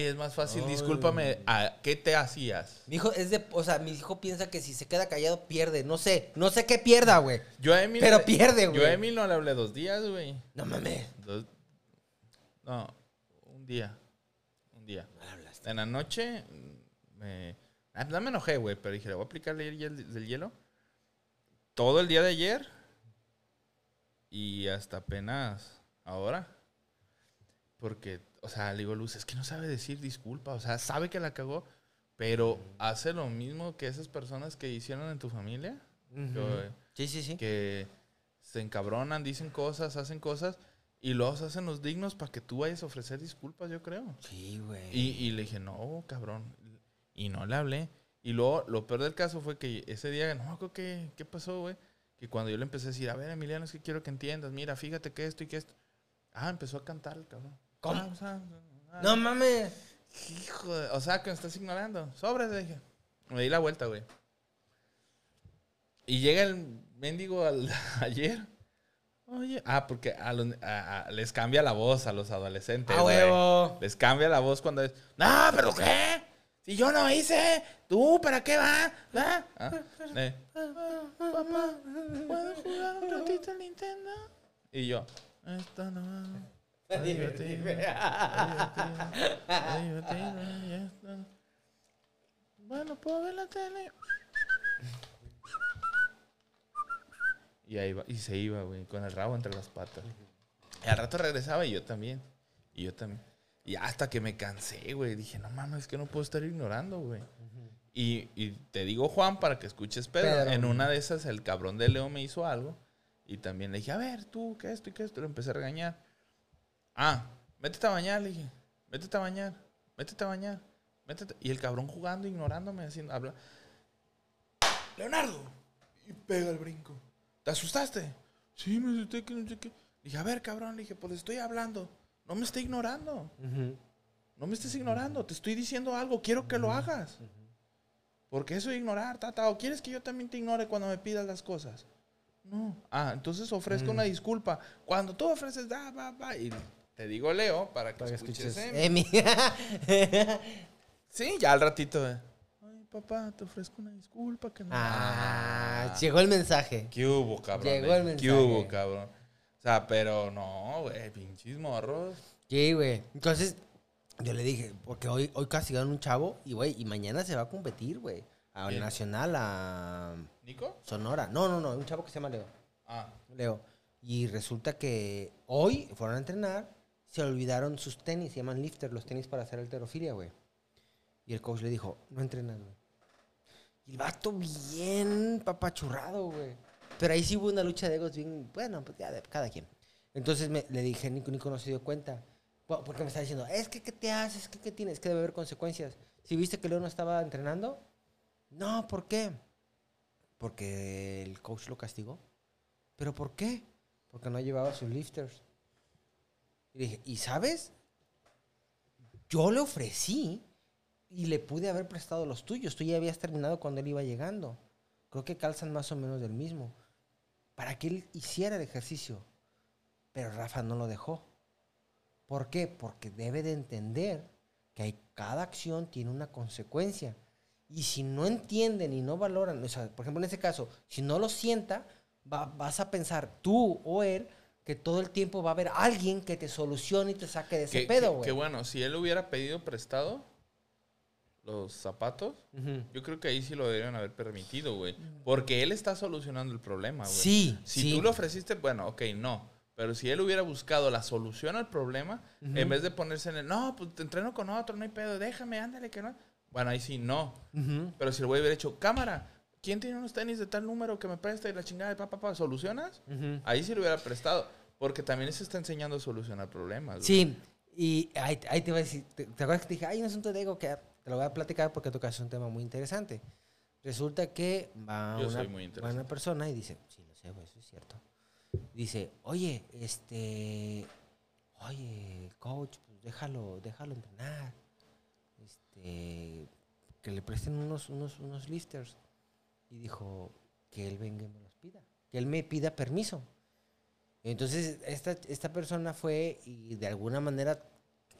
es más fácil.
Ay.
Discúlpame. ¿A ¿Qué te hacías?
Mi hijo es de, o sea, mi hijo piensa que si se queda callado pierde, no sé, no sé qué pierda, güey.
Yo a Emil.
Pero
le-
pierde,
Yo a
güey.
Emil no le hablé dos días, güey.
No mames.
Dos- No, un día. Un día. En la noche mm, me, ah, no me enojé, güey, pero dije, le voy a aplicar el hiel- del hielo. Todo el día de ayer y hasta apenas ahora. Porque, o sea, le digo, Luz, es que no sabe decir disculpa. O sea, sabe que la cagó, pero hace lo mismo que esas personas que hicieron en tu familia. Yo- eh.
Sí, sí, sí.
que se encabronan, dicen cosas, hacen cosas y luego se hacen los dignos para que tú vayas a ofrecer disculpas, yo creo.
Sí, güey.
Y, y le dije, no, cabrón. Y no le hablé. Y luego, lo peor del caso fue que ese día, no, creo que, ¿qué pasó, güey? Que cuando yo le empecé a decir, a ver, Emiliano, es que quiero que entiendas, mira, fíjate que esto y que esto. Ah, empezó a cantar el cabrón.
¿Cómo?
Ah, o sea, ah,
No mames.
Hijo de- o sea, que me estás ignorando. Sobres, le dije. Me di la vuelta, güey. Y llega el mendigo al- [laughs] ayer. Oye, ah, porque a los- a- a- les cambia la voz a los adolescentes.
A
güey.
huevo.
Les cambia la voz cuando es, no, pero ¿qué? Si yo no hice, ¿tú para qué va? ¿Va?" Ah, eh. Papá, ¿puedo jugar un ratito al Nintendo? Y yo, esto no va. Está divertido, está divertido, está divertido, y esto- Bueno, puedo ver la tele. Y ahí va, y se iba, güey, con el rabo entre las patas. Y al rato regresaba y yo también. Y yo también. Y hasta que me cansé, güey. Dije, no mames, es que no puedo estar ignorando, güey. y, y te digo, Juan, para que escuches Pedro.
Pedro.
En una de esas, el cabrón de Leo me hizo algo. Y también le dije, a ver, tú, ¿qué esto y qué esto? Lo empecé a regañar. Ah, métete a bañar, le dije. Métete a bañar, métete a bañar. Métete. Y el cabrón jugando, ignorándome, haciendo, habla. Leonardo. Y pega el brinco. ¿Te asustaste? Sí, me asusté que no sé qué. Le dije, a ver, cabrón, le dije, pues le estoy hablando. No me esté ignorando. No me estés ignorando. Te estoy diciendo algo. Quiero que lo hagas. Porque eso es ignorar, tata. ¿O quieres que yo también te ignore cuando me pidas las cosas? No. Ah, entonces ofrezco una disculpa. Cuando tú ofreces, da, va, va. Y te digo, Leo, para que,
Para que
escuches.
escuches.
eh. Emi.
Emi.
Sí, ya al ratito. eh. Ay, papá, te ofrezco una disculpa. Que no.
[laughs] ah, llegó el mensaje.
¿Qué hubo, cabrón?
Llegó el
eh?
mensaje.
¿Qué hubo, cabrón? O sea, pero no, güey, pinches morros.
Sí, güey. Entonces, yo le dije, porque hoy, hoy castigaron un chavo y, güey, y mañana se va a competir, güey. A
Bien.
Nacional, a
¿Nico?
Sonora. No, no, no, un chavo que se llama Leo.
Ah,
Leo. Y resulta que hoy fueron a entrenar, se olvidaron sus tenis, se llaman lifter, los tenis para hacer alterofilia, güey. Y el coach le dijo, no entrenas, güey. Y el vato bien papachurrado, güey. Pero ahí sí hubo una lucha de egos bien, bueno, pues ya de cada quien. Entonces me- le dije, Nico, Nico no se dio cuenta. Po- Porque me está diciendo, es que, ¿qué te haces? ¿Qué, qué tienes? Que debe haber consecuencias. Si viste que Leo no estaba entrenando, no, ¿por qué? Porque el coach lo castigó. ¿Pero por qué? Porque no llevaba sus lifters. Y dije, ¿y sabes? Yo le ofrecí y le pude haber prestado los tuyos. Tú ya habías terminado cuando él iba llegando. Creo que calzan más o menos del mismo. Para que él hiciera el ejercicio. Pero Rafa no lo dejó. ¿Por qué? Porque debe de entender que hay- cada acción tiene una consecuencia. Y si no entienden y no valoran, o sea, por ejemplo, en ese caso, si no lo sienta, va- vas a pensar tú o él que todo el tiempo va a haber alguien que te solucione y te saque de ese
Que,
pedo,
que-
güey.
que bueno, si él hubiera pedido prestado los zapatos,
Ujú.
yo creo que ahí sí lo deberían haber permitido, güey. Porque él está solucionando el problema, güey.
Mm. Sí,
Ah, Si
sí.
tú le ofreciste, bueno, ok, no. Pero si él hubiera buscado la solución al problema, en vez de ponerse en el, no, pues te entreno con otro, no hay pedo, déjame, ándale, que no. Bueno, ahí sí, no.
Ujú.
Pero si el güey hubiera hecho, cámara, ¿quién tiene unos tenis de tal número que me presta y la chingada de papá, papá, solucionas?
Ujú.
Ahí sí lo hubiera prestado. Porque también se está enseñando a solucionar problemas. güey.
Sí, y ahí, ahí te voy a decir, ¿te, te acuerdas que te dije, hay un asunto de ego que te lo voy a platicar porque tocas un tema muy interesante? Resulta que va,
Yo
una,
soy
va
muy interesante.
una persona y dice, sí, lo sé, güey, eso es cierto. Dice, oye, este, oye, coach, pues déjalo, déjalo entrenar. Este, que le presten unos, unos, unos lifters. Y dijo, que él venga y me los pida, que él me pida permiso. Entonces, esta, esta persona fue y de alguna manera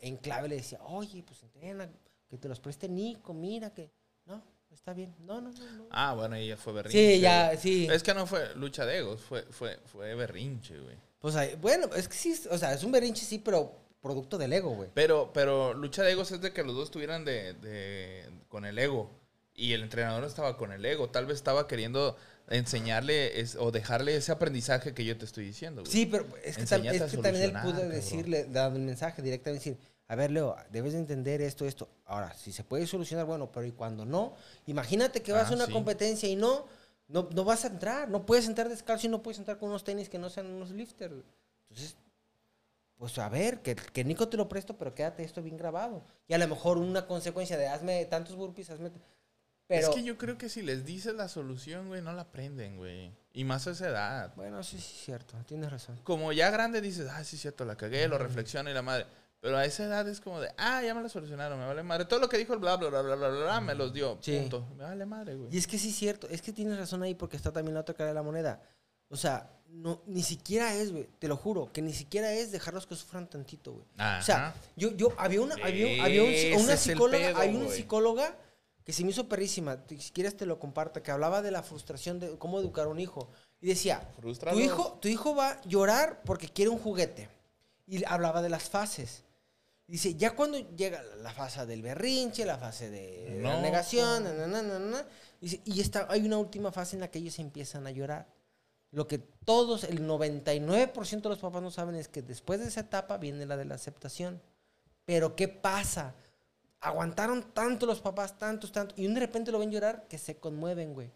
en clave le decía, oye, pues entrena, que te los preste Nico, mira que... No, está bien. No, no, no. no.
Ah, bueno, ahí ya fue berrinche.
sí,
güey.
ya, sí.
Es que no fue lucha de egos, fue, fue, fue berrinche, güey.
Pues, ahí- bueno, es que sí, o sea, es un berrinche, sí, pero producto del ego, güey.
Pero, pero lucha de egos es de que los dos estuvieran de, de- con el ego. Y el entrenador no estaba con el ego. Tal vez estaba queriendo enseñarle es- o dejarle ese aprendizaje que yo te estoy diciendo, güey.
Sí, pero es que, tam-
Enseñate
es
a
que también él
solucionar,
pudo
cabrón.
decirle, dando el mensaje directamente, decir, a ver, Leo, debes de entender esto, esto. Ahora, si se puede solucionar, bueno, pero ¿y cuando no? Imagínate que vas a
Ah,
una
sí.
competencia y no, no, no vas a entrar, no puedes entrar descalzo y no puedes entrar con unos tenis que no sean unos lifters. Entonces, pues a ver, que, que Nico te lo presto, pero quédate esto bien grabado. Y a lo mejor una consecuencia de hazme tantos burpees, hazme... Pero,
Es que yo creo que si les dices la solución, güey, no la aprenden, güey. Y más a esa edad.
bueno, sí, sí, es cierto, tienes razón.
Como ya grande dices, ah, sí, cierto, la cagué, lo reflexiona y la madre. Pero a esa edad es como de, ah, ya me la solucionaron, me vale madre. Todo lo que dijo el bla, bla, bla, bla, bla, bla, me los dio.
Sí.
Punto. Me vale madre, güey.
Y es que sí es cierto, es que tienes razón ahí porque está también la otra cara de la moneda. O sea, no, ni siquiera es, güey, te lo juro, que ni siquiera es dejarlos que sufran tantito, güey. O sea,
Ajá.
yo, yo, había una, había, había un psi-
Ese
una
es el
psicóloga,
pedo,
hay una
güey.
psicóloga que se me hizo perrísima, te- si quieres te lo comparto, que hablaba de la frustración de cómo educar a un hijo. Y decía,
Frústralo.
tu hijo, tu hijo va a llorar porque quiere un juguete. Y hablaba de las fases. Dice, ya cuando llega la fase del berrinche, la fase de, de la
No.
negación, na, na, na, na, na, dice, y está, hay una última fase en la que ellos empiezan a llorar. Lo que todos, el 99% de los papás no saben es que después de esa etapa viene la de la aceptación. Pero ¿qué pasa? Aguantaron tanto los papás, tantos, tantos, y de repente lo ven llorar que se conmueven, güey.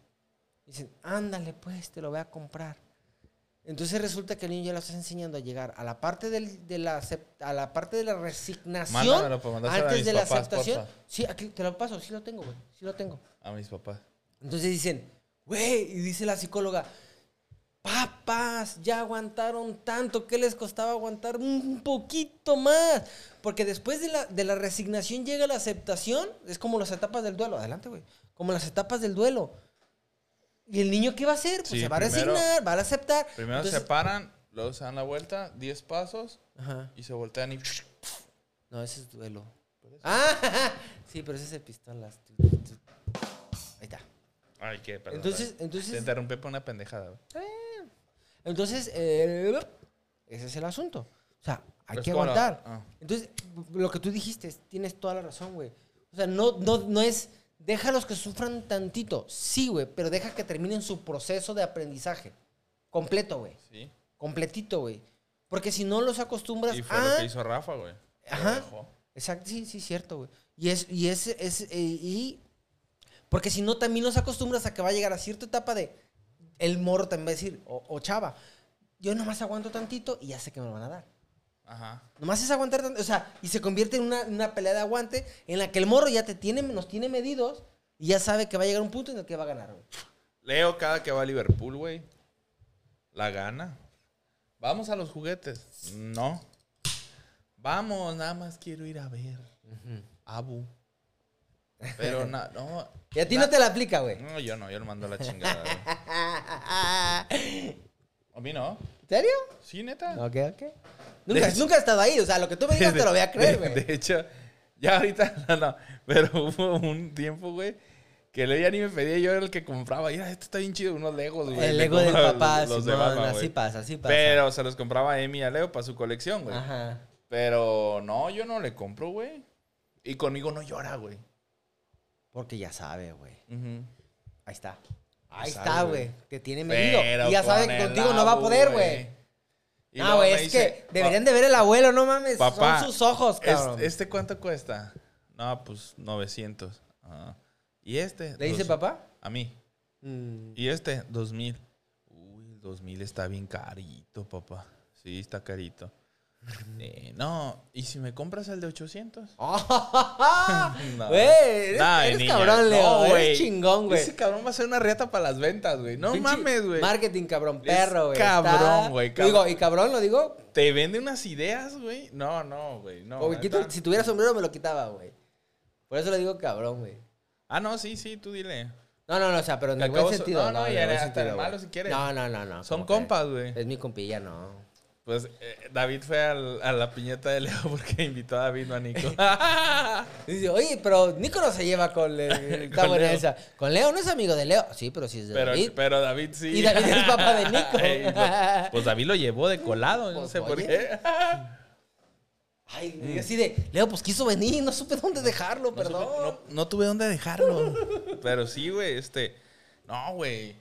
Dicen, ándale pues, te lo voy a comprar. Entonces resulta que el niño ya lo estás enseñando a llegar a la parte del- de la acep- a la parte de la resignación
Mándamelo para mandárselo a
antes
mis
de la
papás,
aceptación.
porfa.
Sí, aquí te lo paso, sí lo tengo, güey. Sí lo tengo.
A mis papás.
Entonces dicen, güey, y dice la psicóloga, papas, ya aguantaron tanto, ¿qué les costaba aguantar un poquito más? Porque después de la, de la resignación llega la aceptación, es como las etapas del duelo, adelante, güey, como las etapas del duelo. ¿Y el niño qué va a hacer? Pues
Sí,
se va a
primero-
resignar, va a aceptar.
Primero
Entonces-
se paran, luego se dan la vuelta, 10 pasos,
Ajá.
y se voltean y...
No, ese es duelo. Ah, [laughs] sí, pero ese es el pistolas. Ahí está.
Ay, qué, perdón.
Entonces,
perdón. Te
entonces
interrumpí por una pendejada. güey.
Entonces, eh, ese es el asunto. O sea, hay
Es
que
como la-
aguantar.
ah.
Entonces, lo que tú dijiste, es- tienes toda la razón, güey. O sea, no, no, no es, déjalos que sufran tantito. Sí, güey, pero deja que terminen su proceso de aprendizaje. Completo, güey.
Sí.
Completito, güey. Porque si no los acostumbras
Y fue
a-
lo que hizo Rafa, güey. Lo
ah. Ajá.
dejó.
Exacto, sí, sí, cierto, güey. Y es, y es, es, eh, y. Porque si no, también los acostumbras a que va a llegar a cierta etapa de. El morro también va a decir, o, o chava, yo nomás aguanto tantito y ya sé que me lo van a dar.
Ajá.
Nomás es aguantar tanto, o sea, y se convierte en una, en una pelea de aguante en la que el morro ya te tiene, nos tiene medidos y ya sabe que va a llegar un punto en el que va a ganar, güey.
Leo cada que va a Liverpool, güey. La gana. Vamos a los juguetes. No. Vamos, nada más quiero ir a ver. Abu. Pero na- no.
Y a ti no te la aplica,
[laughs]
güey.
No, yo no, yo lo mando a la chingada. güey. A mí no.
¿En serio?
Sí, neta.
Ok, ok. Nunca,
De-
nunca he estado ahí. O sea, lo que tú me digas te lo voy a creer,
[laughs] de-
güey.
De hecho, ya ahorita [laughs] no, no, pero hubo un tiempo, güey, que Leo ya ni me pedía, yo era el que compraba. Ya, este está bien chido, unos legos, güey.
El
Le
ego del
compraba
papá,
los- los de
Simón,
Batman,
así
güey.
pasa, así pasa.
Pero se los compraba a Emi y a Leo para su colección, güey.
Ajá.
Pero no, yo no le compro, güey. Y conmigo no llora, güey.
Porque ya sabe, güey.
Ujú.
Ahí está. Ahí
sabe,
está,
güey.
güey. Te tiene medido.
Pero
Y ya sabe
con
que
el
contigo no va a
abu,
poder, güey.
Y
No,
luego
güey,
me
es
dice,
que deberían de ver el abuelo, no mames.
Papá,
son sus ojos,
"Pa-
cabrón.
este- ¿Este cuánto cuesta? No, pues 900. Ah. ¿Y este?
¿Le dice
Dos-
papá?
A mí.
[laughs] Mm,
¿Y este? 2000. Uy, el 2000 está bien carito, papá. Sí,
[laughs]
está carito. Eh, no, ¿y si me compras el de 800? No.
Güey, eres,
Nah,
eres
niña,
cabrón,
no,
Leo.
güey.
eres chingón, güey.
Ese cabrón va a ser una reata para las ventas, güey. No
Pinche
mames, güey.
Marketing, cabrón,
Eres
perro, güey.
cabrón,
Está-
güey,
Lo
cabrón.
Digo, y cabrón, lo digo.
Te vende unas ideas, güey. No, no, güey. No,
o me
la
quito-
neta.
si tuviera sombrero me lo quitaba, güey. Por eso le digo cabrón, güey.
Ah, no, sí, sí, tú
Ah,
dile.
No, no, no, o sea, pero en el
Al
buen
cabo son-
sentido.
no, no,
en
y
el buen
hasta
sentido,
de
güey.
malo si quieres.
No, no, no, no.
Son
como que- Eh.
compas, güey.
Es mi compilla, no.
Pues eh, David fue al- a la piñata de Leo [laughs] porque invitó a David, no
[laughs]
a Nico.
Dice, oye, pero Nico no se lleva con, [laughs] el- está
Con
buena
Leo.
esa. Con Leo no es amigo de Leo. Sí, pero sí es de
pero,
David.
pero David sí.
Y David es papá de
Ey, lo-
Nico.
[laughs] pues David lo llevó de colado, no
Pues,
sé por
oye.
qué.
[laughs] Ay, güey, así de, Leo, pues quiso venir, no supe dónde dejarlo, perdón.
[laughs] No, no tuve
[laughs]
dónde dejarlo. pero sí, güey, este. No, güey.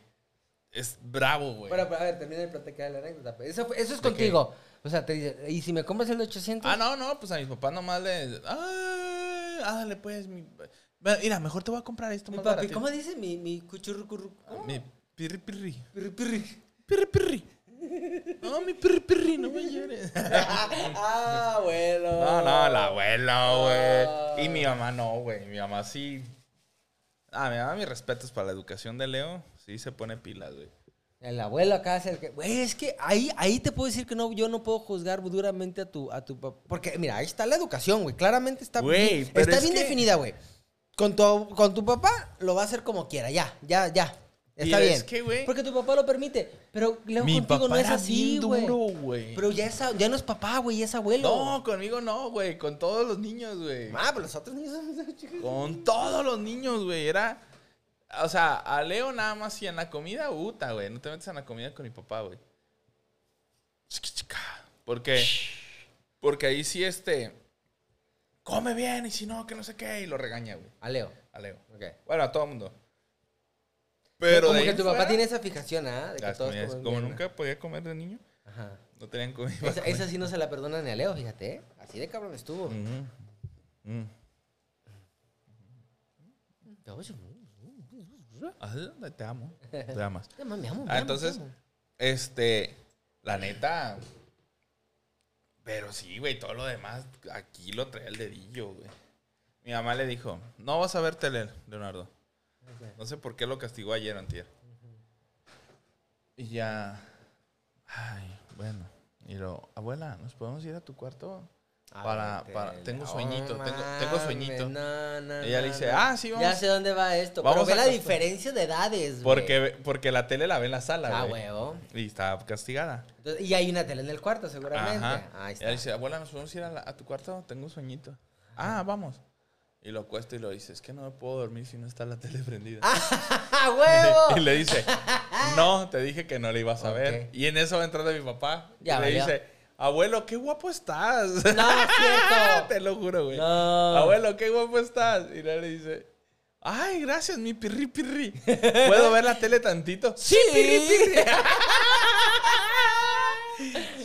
Es bravo, güey.
Bueno, pero a ver, termina de platicar la anécdota. pues. Eso, fue- eso es contigo. O sea, te dice, ¿y si me compras el de 800?
Ah, no, no, pues a mis papás nomás les. Ah, ándale, pues. Mi... Ve, Mira, mejor te voy a comprar esto
Mi
más
papi,
baratito.
pues,
Ah,
¿cómo dice mi, mi
[laughs]
cuchurrucurru? [laughs]
Mi pirri pirri.
Pirri, pirri.
Pirri pirri. No, mi pirri pirri, no me llores. [laughs]
Ah, bueno.
No, no, la abuela, güey. Y mi mamá no, güey. Mi mamá sí. Ah, mi mamá, mis respetos para la educación de Leo. Sí se pone pilas, güey.
El abuelo acá es el que. Güey, es que ahí, ahí te puedo decir que no, yo no puedo juzgar duramente a tu, a tu papá. Porque, mira, ahí está la educación, güey. Claramente está
Güey,
bien,
pero
está
es
bien
que-
definida, güey. Con tu, con tu papá lo va a hacer como quiera, ya, ya, ya. Está
Mira,
bien.
es que, güey-
Porque tu papá lo permite. Pero Leo contigo no es
era
así,
bien
güey.
duro, güey.
Pero ya, es, a- ya no es papá, güey, ya es abuelo.
No, conmigo no, güey. Con todos los niños, güey.
Ah, pero los otros niños son [laughs] chicos.
Con todos los niños, güey. Era. O sea, a Leo nada más y en la comida, puta, güey. No te metes en la comida con mi papá, güey. Porque. Porque ahí sí, este. Come bien, y si no, que no sé qué. Y lo regaña, güey.
A Ah, Leo.
A Leo.
Ok.
Bueno, a todo el mundo. Pero
como
de
que
ahí
tu
en
papá
fuera,
tiene esa fijación, ¿ah? De que
las
todos
comidas,
comen
como
bien,
nunca podía comer de niño,
Ajá.
no tenían comida. para
Esa,
comer.
esa sí no se la perdona ni a Leo, fíjate, ¿eh? Así de cabrón estuvo.
Ujú. Mm.
Oye,
Ajá, Te amo. Te amas.
ya, mami, amo, me
Ah,
amo,
entonces,
me amo.
este, la neta. Pero sí, güey, todo lo demás, aquí lo trae el dedillo, güey. Mi mamá le dijo, no vas a ver tele, Leonardo. No sé por qué lo castigó ayer, antier. Y ya, ay, bueno. Y lo, abuela, ¿nos podemos ir a tu cuarto?
A
para,
ver,
para,
tele.
tengo
Ah, No oh,
sueñito, tengo, tengo
mames,
sueñito.
no, no,
Ella le
no,
dice,
no.
ah, sí,
Ya
vamos.
sé dónde va esto.
Vamos
pero
a
ve la
acostar.
diferencia de edades, güey.
Porque, porque la tele la ve en la sala,
Ah,
güey.
huevo.
Y está castigada.
Entonces, y hay una tele en el cuarto, seguramente. Ahí
Y
está.
le dice, abuela, ¿nos podemos ir a, la- a tu cuarto? Tengo un sueñito. Ah, vamos. Y lo acuesto y lo dice, es que no me puedo dormir si no está la tele prendida. [laughs]
¡Ah, huevo!
Y [laughs] le dice, no, te dije que no le ibas a ver.
Ok.
Y en eso va entrando mi papá.
Ya
y le
valió.
dice, abuelo, qué guapo estás.
[laughs] No, no es cierto.
[laughs] te lo juro, güey.
No.
Abuelo, qué guapo estás. Y le dice, ay, gracias, mi pirri pirri. [laughs] ¿Puedo ver la
[laughs]
tele tantito?
Sí. [laughs]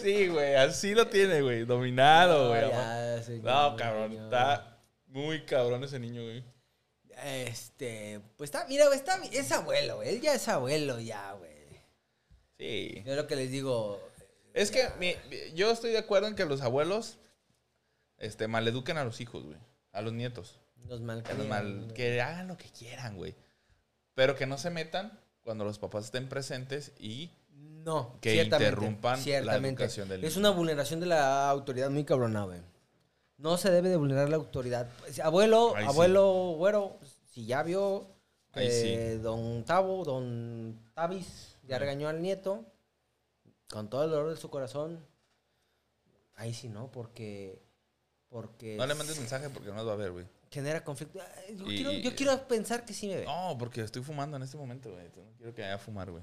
Sí, güey, así lo tiene, güey. Dominado, güey. ama-
Ya, señor,
No, cabrón,
niño.
está muy cabrón ese niño, güey.
Este, pues está, mira, güey, está, es abuelo, güey, él ya es abuelo, ya, güey.
Sí.
Yo lo que les digo,
Es que mi- mi- yo estoy de acuerdo en que los abuelos este, maleduquen a los hijos, güey. A los nietos.
los mal
Que, los mal- que hagan lo que quieran, güey. Pero que no se metan cuando los papás estén presentes y
No.
Que
ciertamente,
interrumpan la
ciertamente.
educación del
Es
niño.
una vulneración de la autoridad muy cabrona, güey. No se debe de vulnerar la autoridad. Pues, Abuelo,
Ahí sí.
abuelo, güero, si ya vio
Ahí
eh, don Tavo, don Tavis, ya regañó al nieto, con todo el dolor de su corazón, ahí sí, ¿no? Porque... Porque
no le mandes mensaje porque no nos va a ver, güey.
genera conflicto. Ay, Yo,
Y-
quiero, yo
y-
quiero pensar que sí me ve.
No, porque estoy fumando en este momento, güey. entonces No quiero que vaya a fumar, güey.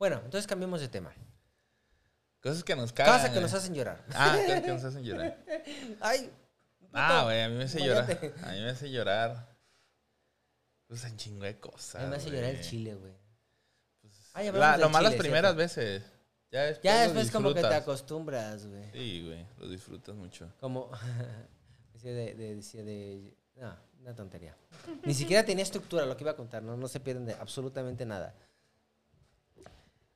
Bueno, entonces cambiemos de tema.
Cosas que nos cagan.
Cosas que
güey.
nos hacen llorar.
Ah, cosas que nos hacen llorar.
Ay,
Ah, güey, a mí me hace llorar.
Cállate.
A mí me hace llorar. Pues un chingo de cosas.
Ay, me hace llorar el
güey.
chile, güey. Ay, hablamos
La,
del
lo más las
chile,
primeras
¿cierto?
veces. Ya después,
Ya
lo
después como que te
disfrutas.
acostumbras, güey.
Sí, güey, lo disfrutas mucho.
Como... [laughs] decía de... de, decía de no, una tontería. Ni siquiera tenía estructura lo que iba a contar, ¿no? No se pierden de absolutamente nada.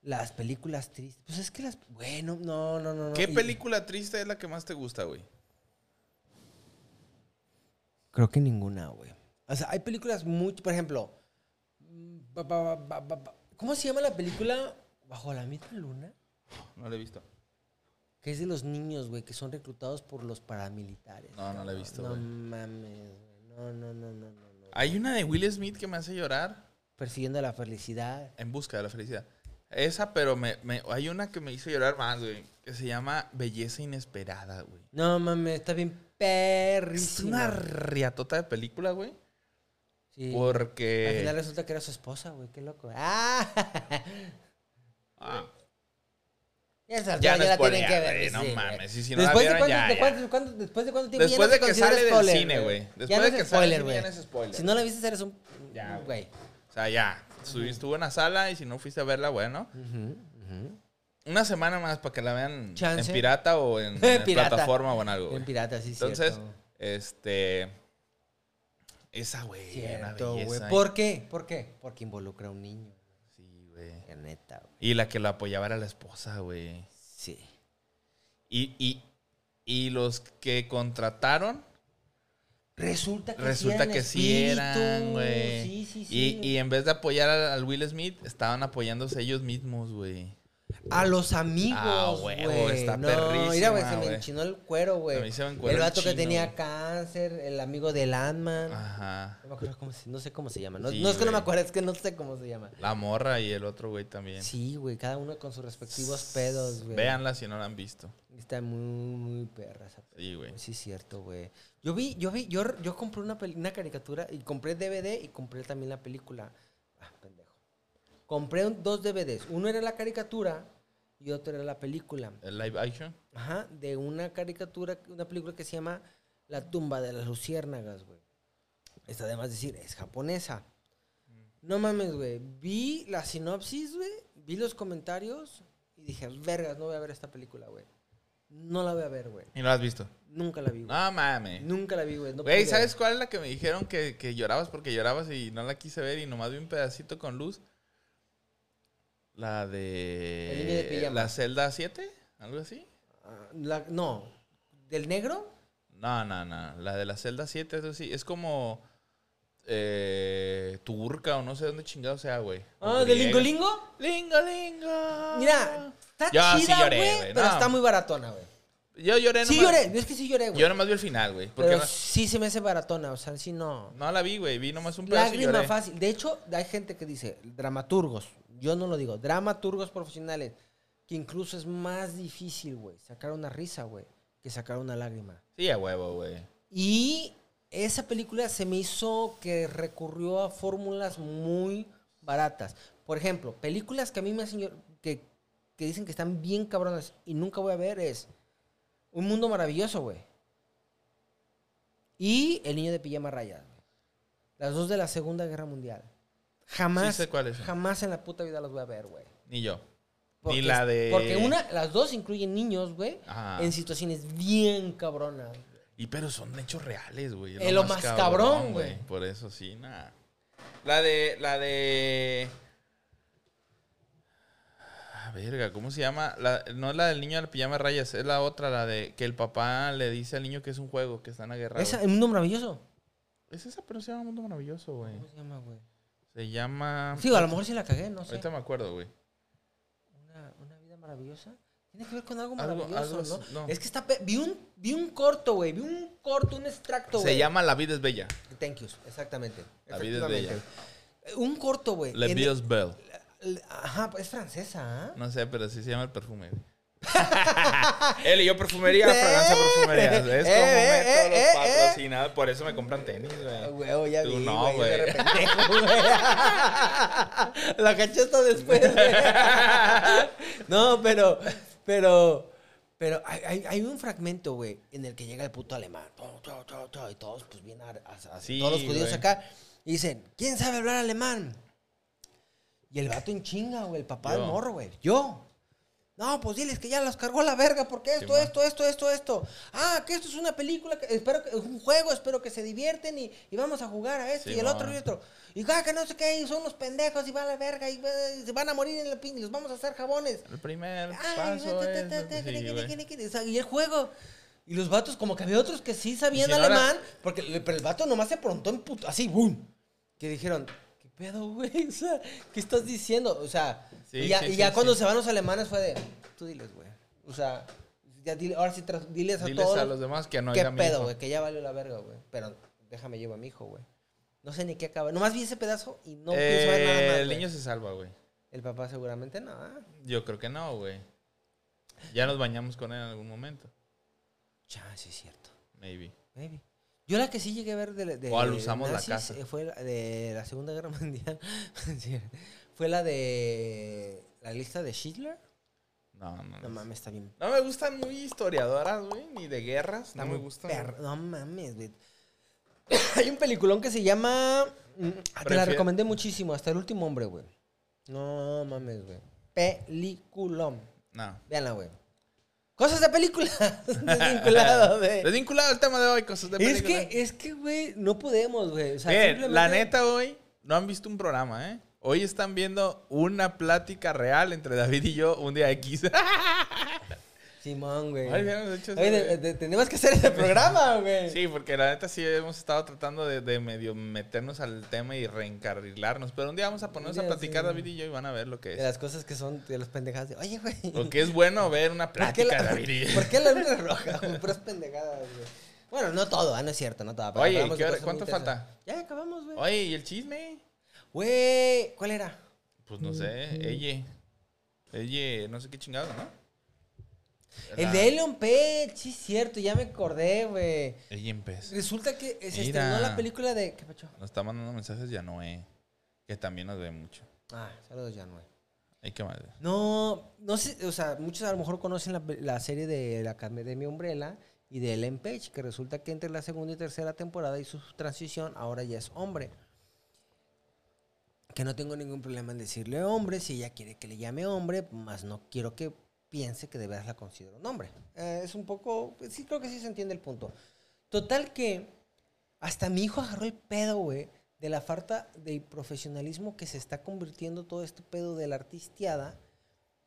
Las películas tristes. Pues es que las... Bueno, no, no, no. no.
¿Qué
Y-
película triste es la que más te gusta, güey?
Creo que ninguna, güey. O sea, hay películas muy... Por ejemplo... mm, ba- ba- ba- ba- ba- ¿Cómo se llama la película? ¿Bajo la misma luna?
No la he visto.
Que es de los niños, güey, que son reclutados por los paramilitares.
No, no la he
cabrón.
visto,
No
güey.
mames, güey. No, no, no, no, no, no.
Hay una de Will Smith que me hace llorar
Persiguiendo la felicidad.
en busca de la felicidad. Esa, pero me, me- hay una que me hizo llorar más, güey. Que se llama Belleza Inesperada, güey.
No mames, está bien
Es
perrísimo.
una riatota de película, güey.
Sí. Al final
Porque.
resulta que era su esposa, güey, qué loco. [laughs] ¡Ah!
Ah,
Esa ya,
ya no
la
spoileé,
tienen que ver.
güey, no
sí, güey.
mames, y si no la
después,
vieron,
de cuánto,
ya,
de
ya.
cuánto- cuánto- después de cuánto tiempo ya
Después
no
de
se
que
considera
sale del
spoiler,
cine, güey. Después
ya no
de
es
que sale
spoiler,
del cine
güey.
ya no es spoiler.
Si no la viste, eres un...
Ya,
Güey.
O sea, ya. Su- Estuvo en la sala y si no fuiste a verla, bueno.
Ujú, ujú.
Una semana más para que la vean
Chance.
en pirata
[laughs]
o en,
En
en
pirata.
plataforma o en algo.
Bien
güey.
pirata, sí,
Entonces,
cierto.
este. Esa, güey. era
Cierto, güey.
belleza.
¿Por qué? ¿Por qué? Porque involucra a un niño.
Sí, güey.
La neta, güey.
Y la que lo apoyaba era la esposa, güey.
Sí.
Y, y, y los que contrataron,
Resulta que
resulta
sí eran
que sí eran,
espíritus.
güey.
Sí, sí, sí.
Y, em y en vez de apoyar al, al Will Smith, estaban apoyándose ellos mismos, güey.
A los amigos,
Ah,
güey.
huevo, está
no, mira, güey, se
perrísima,
me
güey.
enchinó el cuero, güey.
A mí se me encueró
El
el
vato que
chino,
tenía
güey.
cáncer, el amigo del Ant-Man.
Ajá.
No, me acuerdo cómo se- no sé cómo se llama. No,
Sí,
no es que no me
güey.
acuerdo, es que no sé cómo se llama.
La morra y el otro güey también.
Sí, güey, cada uno con sus respectivos pedos, güey.
Véanla si no la han visto.
Está muy, muy perra esa película.
Sí, güey.
Pues Sí, es cierto, güey. Yo vi, yo vi, yo, yo compré una, peli- una caricatura y compré DVD y compré también la película. Ah, pendejo. Compré un- dos DVDs. Uno era la caricatura y otro era la película.
El live action.
Ajá, de una caricatura, una película que se llama La tumba de las luciérnagas, güey. Está de más decir, es japonesa. No mames, güey. Vi la sinopsis, güey. Vi los comentarios y dije, vergas, no voy a ver esta película, güey. No la voy a ver, güey.
Y no la has visto.
Nunca la vi, güey.
No mames.
Nunca la vi, güey. no
Güey,
pude.
¿sabes cuál es la que me dijeron que, que llorabas porque llorabas y no la quise ver y nomás vi un pedacito con luz? La de.
El niño de pijama.
¿La celda 7? ¿Algo así?
Ah, la- no. ¿Del negro?
No, no, no. La de la celda 7, eso sí. Es como. eh, turca o no sé dónde chingado sea, güey. O
Ah, ¿del lingo
griega.
lingo?
Lingo, lingo.
Mira, está
Yo sí
chida,
lloré,
güey,
güey,
pero
no.
está muy baratona, güey.
Yo lloré
Sí
nomás-
lloré, es que sí lloré, güey.
Yo nomás vi el final, güey. Porque
Pero
no,
sí se me hace baratona, o sea, sí no.
no la vi, güey. Vi nomás un pedazo y
Lágrima
lloré.
fácil. De hecho, hay gente que dice, dramaturgos, yo no lo digo, dramaturgos profesionales, que incluso es más difícil, güey, sacar una risa, güey, que sacar una lágrima.
Sí, a huevo, güey.
Y esa película se me hizo que recurrió a fórmulas muy baratas. Por ejemplo, películas que a mí me hacen llor- que, que dicen que están bien cabronas y nunca voy a ver es Un Mundo Maravilloso, güey. Y El Niño de Pijama Rayado. Las dos de la Segunda Guerra Mundial. Jamás,
Sí sé cuáles son.
jamás en la puta vida las voy a ver, güey.
Ni yo.
Porque
Ni la
es-
de.
Porque una, las dos incluyen niños, güey,
Ajá.
en situaciones bien cabronas.
Y pero son hechos reales, güey.
Eh, lo más cabrón, güey.
Por eso sí, nada. La de. La de. Ah, Verga, ¿cómo se llama? La- no es la del niño de la pijama de rayas, es la otra, la de que el papá le dice al niño que es un juego, que están aguerrados.
Esa, El Mundo Maravilloso.
Es esa, pero se llama Mundo Maravilloso, güey.
¿Cómo se llama, güey?
Se Se llama.
Sí, a lo mejor sí la cagué, no sé.
Ahorita me acuerdo, güey.
Una, una vida maravillosa. Tiene que ver con algo
Algo-
maravilloso,
algo-
¿no?
no.
Es que está. pe- Vi un, vi un corto, güey. Vi un corto, un extracto, güey.
Se llama La vida es bella.
Thank yous, exactamente.
La vida es bella.
Exactamente. Un corto, güey.
La
En-
vida es belle.
l- Ajá, es francesa, ¿ah?
No sé, pero así se llama el perfume. güey. [laughs] Él y yo perfumería, fragancia perfumería. Es como
Eh, eh,
método
eh, eh, eh.
patrocinado, por eso me compran tenis,
Ah,
güey.
Huevo, ya
Tú
vi,
no,
güey. de
güey. [laughs]
repente, güey. La caché hasta después, güey. No, pero, pero, pero hay, hay- hay un fragmento, güey, en el que llega el puto alemán. Chau, chau, chau, chau, y todos, pues, bien, ar- as- as-
Sí,
todos los judíos
güey.
acá. Y dicen, ¿quién sabe hablar alemán? Y el vato en chinga, güey, el papá del
Yo.
morro, güey. Yo. No, pues diles que ya los cargó la verga, porque esto,
Simón.
esto, esto, esto, esto. Ah, que esto es una película, que espero que es un juego, espero que se divierten y, y vamos a jugar a esto y el
Simón.
otro y otro. Y ah, que no sé qué, y son los pendejos y va a la verga y, eh, se van a morir en la pin, y los vamos a hacer jabones.
El primer
Ay,
paso
ta, ta,
es...
ta, ta,
Sí,
que,
güey.
que, que, que, o sea, y el juego. Y los vatos, como que había otros que sí sabían
Y si no era-
alemán, porque el- pero el vato nomás se prontó en puto, así, boom. Que dijeron, ¿qué pedo, güey? [laughs] O sea, ¿qué estás diciendo? O sea,
Sí,
y ya,
sí,
y
sí,
ya
sí.
cuando se van los alemanes fue de, tú diles, güey. O sea, ya dile- ahora sí, tras- diles a
Diles
todos.
a los demás que no
¿Qué
oigan mi
pedo,
hijo.
güey? Que ya valió la verga, güey. Pero déjame llevar a mi hijo, güey. No sé ni qué acaba. Nomás vi ese pedazo y no pienso ver nada
Eh,
más.
El
güey.
niño se salva, güey.
El papá seguramente no. ¿ah?
Yo creo que no, güey. Ya nos bañamos con él en algún momento.
Ya, sí es cierto.
Maybe.
Maybe. Yo la que sí llegué a ver de, la- de
¿Cuál usamos la
nazis,
casa?
eh, fue la de la Segunda Guerra [laughs] Mundial. Sí. fue la de la lista de Schindler.
No, no,
No
no.
mames, está bien.
No me gustan muy historiadoras, güey, ni de guerras.
Está
no me
muy
gustan.
perro. No mames, güey. [coughs] Hay un peliculón que se llama mm, te la
Prefiero-
recomendé muchísimo, hasta el último hombre, güey. No mames, güey. Peliculón.
No.
Véanla, güey. Cosas de películas. [laughs]
[laughs]
Desvinculado, güey.
Desvinculado al tema de hoy, cosas de
Es
película.
que, es que, güey, no podemos, güey. O sea,
Miren,
simplemente-
la neta hoy no han visto un programa, ¿eh? Hoy están viendo una plática real entre David y yo un día X.
Simón, güey.
[laughs] Ay, hubiéramos hecho eso,
Oye, de-
güey.
de- tenemos que hacer ese
[laughs]
programa, güey.
sí, porque la neta sí hemos estado tratando de, de medio meternos al tema y reencarrilarnos. Pero un día vamos a ponernos a
Ya
platicar
sé.
David y yo y van a ver lo que
De
es.
las cosas que son de los pendejadas. de, Oye, güey. [laughs]
Lo que es bueno ver una
¿Por qué, la,
plática, David y
[laughs]
yo.
¿Por qué la luna es roja? güey? [laughs] Puras pendejadas, güey. Bueno, no todo, ah, no es cierto, no todo. pero
Oye,
hablamos de
¿qué hora-
cosas muy
cuánto falta?
interesantes. Ya acabamos, güey.
[laughs] Oye, ¿y el chisme?
Güey, ¿cuál era?
Pues no sé, ella. Ella, no sé qué chingado, ¿no?
El de Elon Page, sí, cierto, ya me acordé, güey.
Ella empezó.
Resulta que se
Mira.
estrenó la película de. ¿Qué pacho?
Nos está mandando mensajes ya no eh, que también nos ve mucho.
Ah, saludos, Jan, güey.
Hay que más.
No, no sé, o sea, muchos a lo mejor conocen la, la serie de la Academia Umbrella y de Ellen Page, que resulta que entre la segunda y tercera temporada y su transición ahora ya es hombre. Que no tengo ningún problema en decirle hombre, si ella quiere que le llame hombre, más no quiero que piense que de veras la considero un hombre. Eh, es un poco, pues, sí creo que sí se entiende el punto. Total que hasta mi hijo agarró el pedo, güey, de la falta de profesionalismo que se está convirtiendo todo este pedo de la artisteada,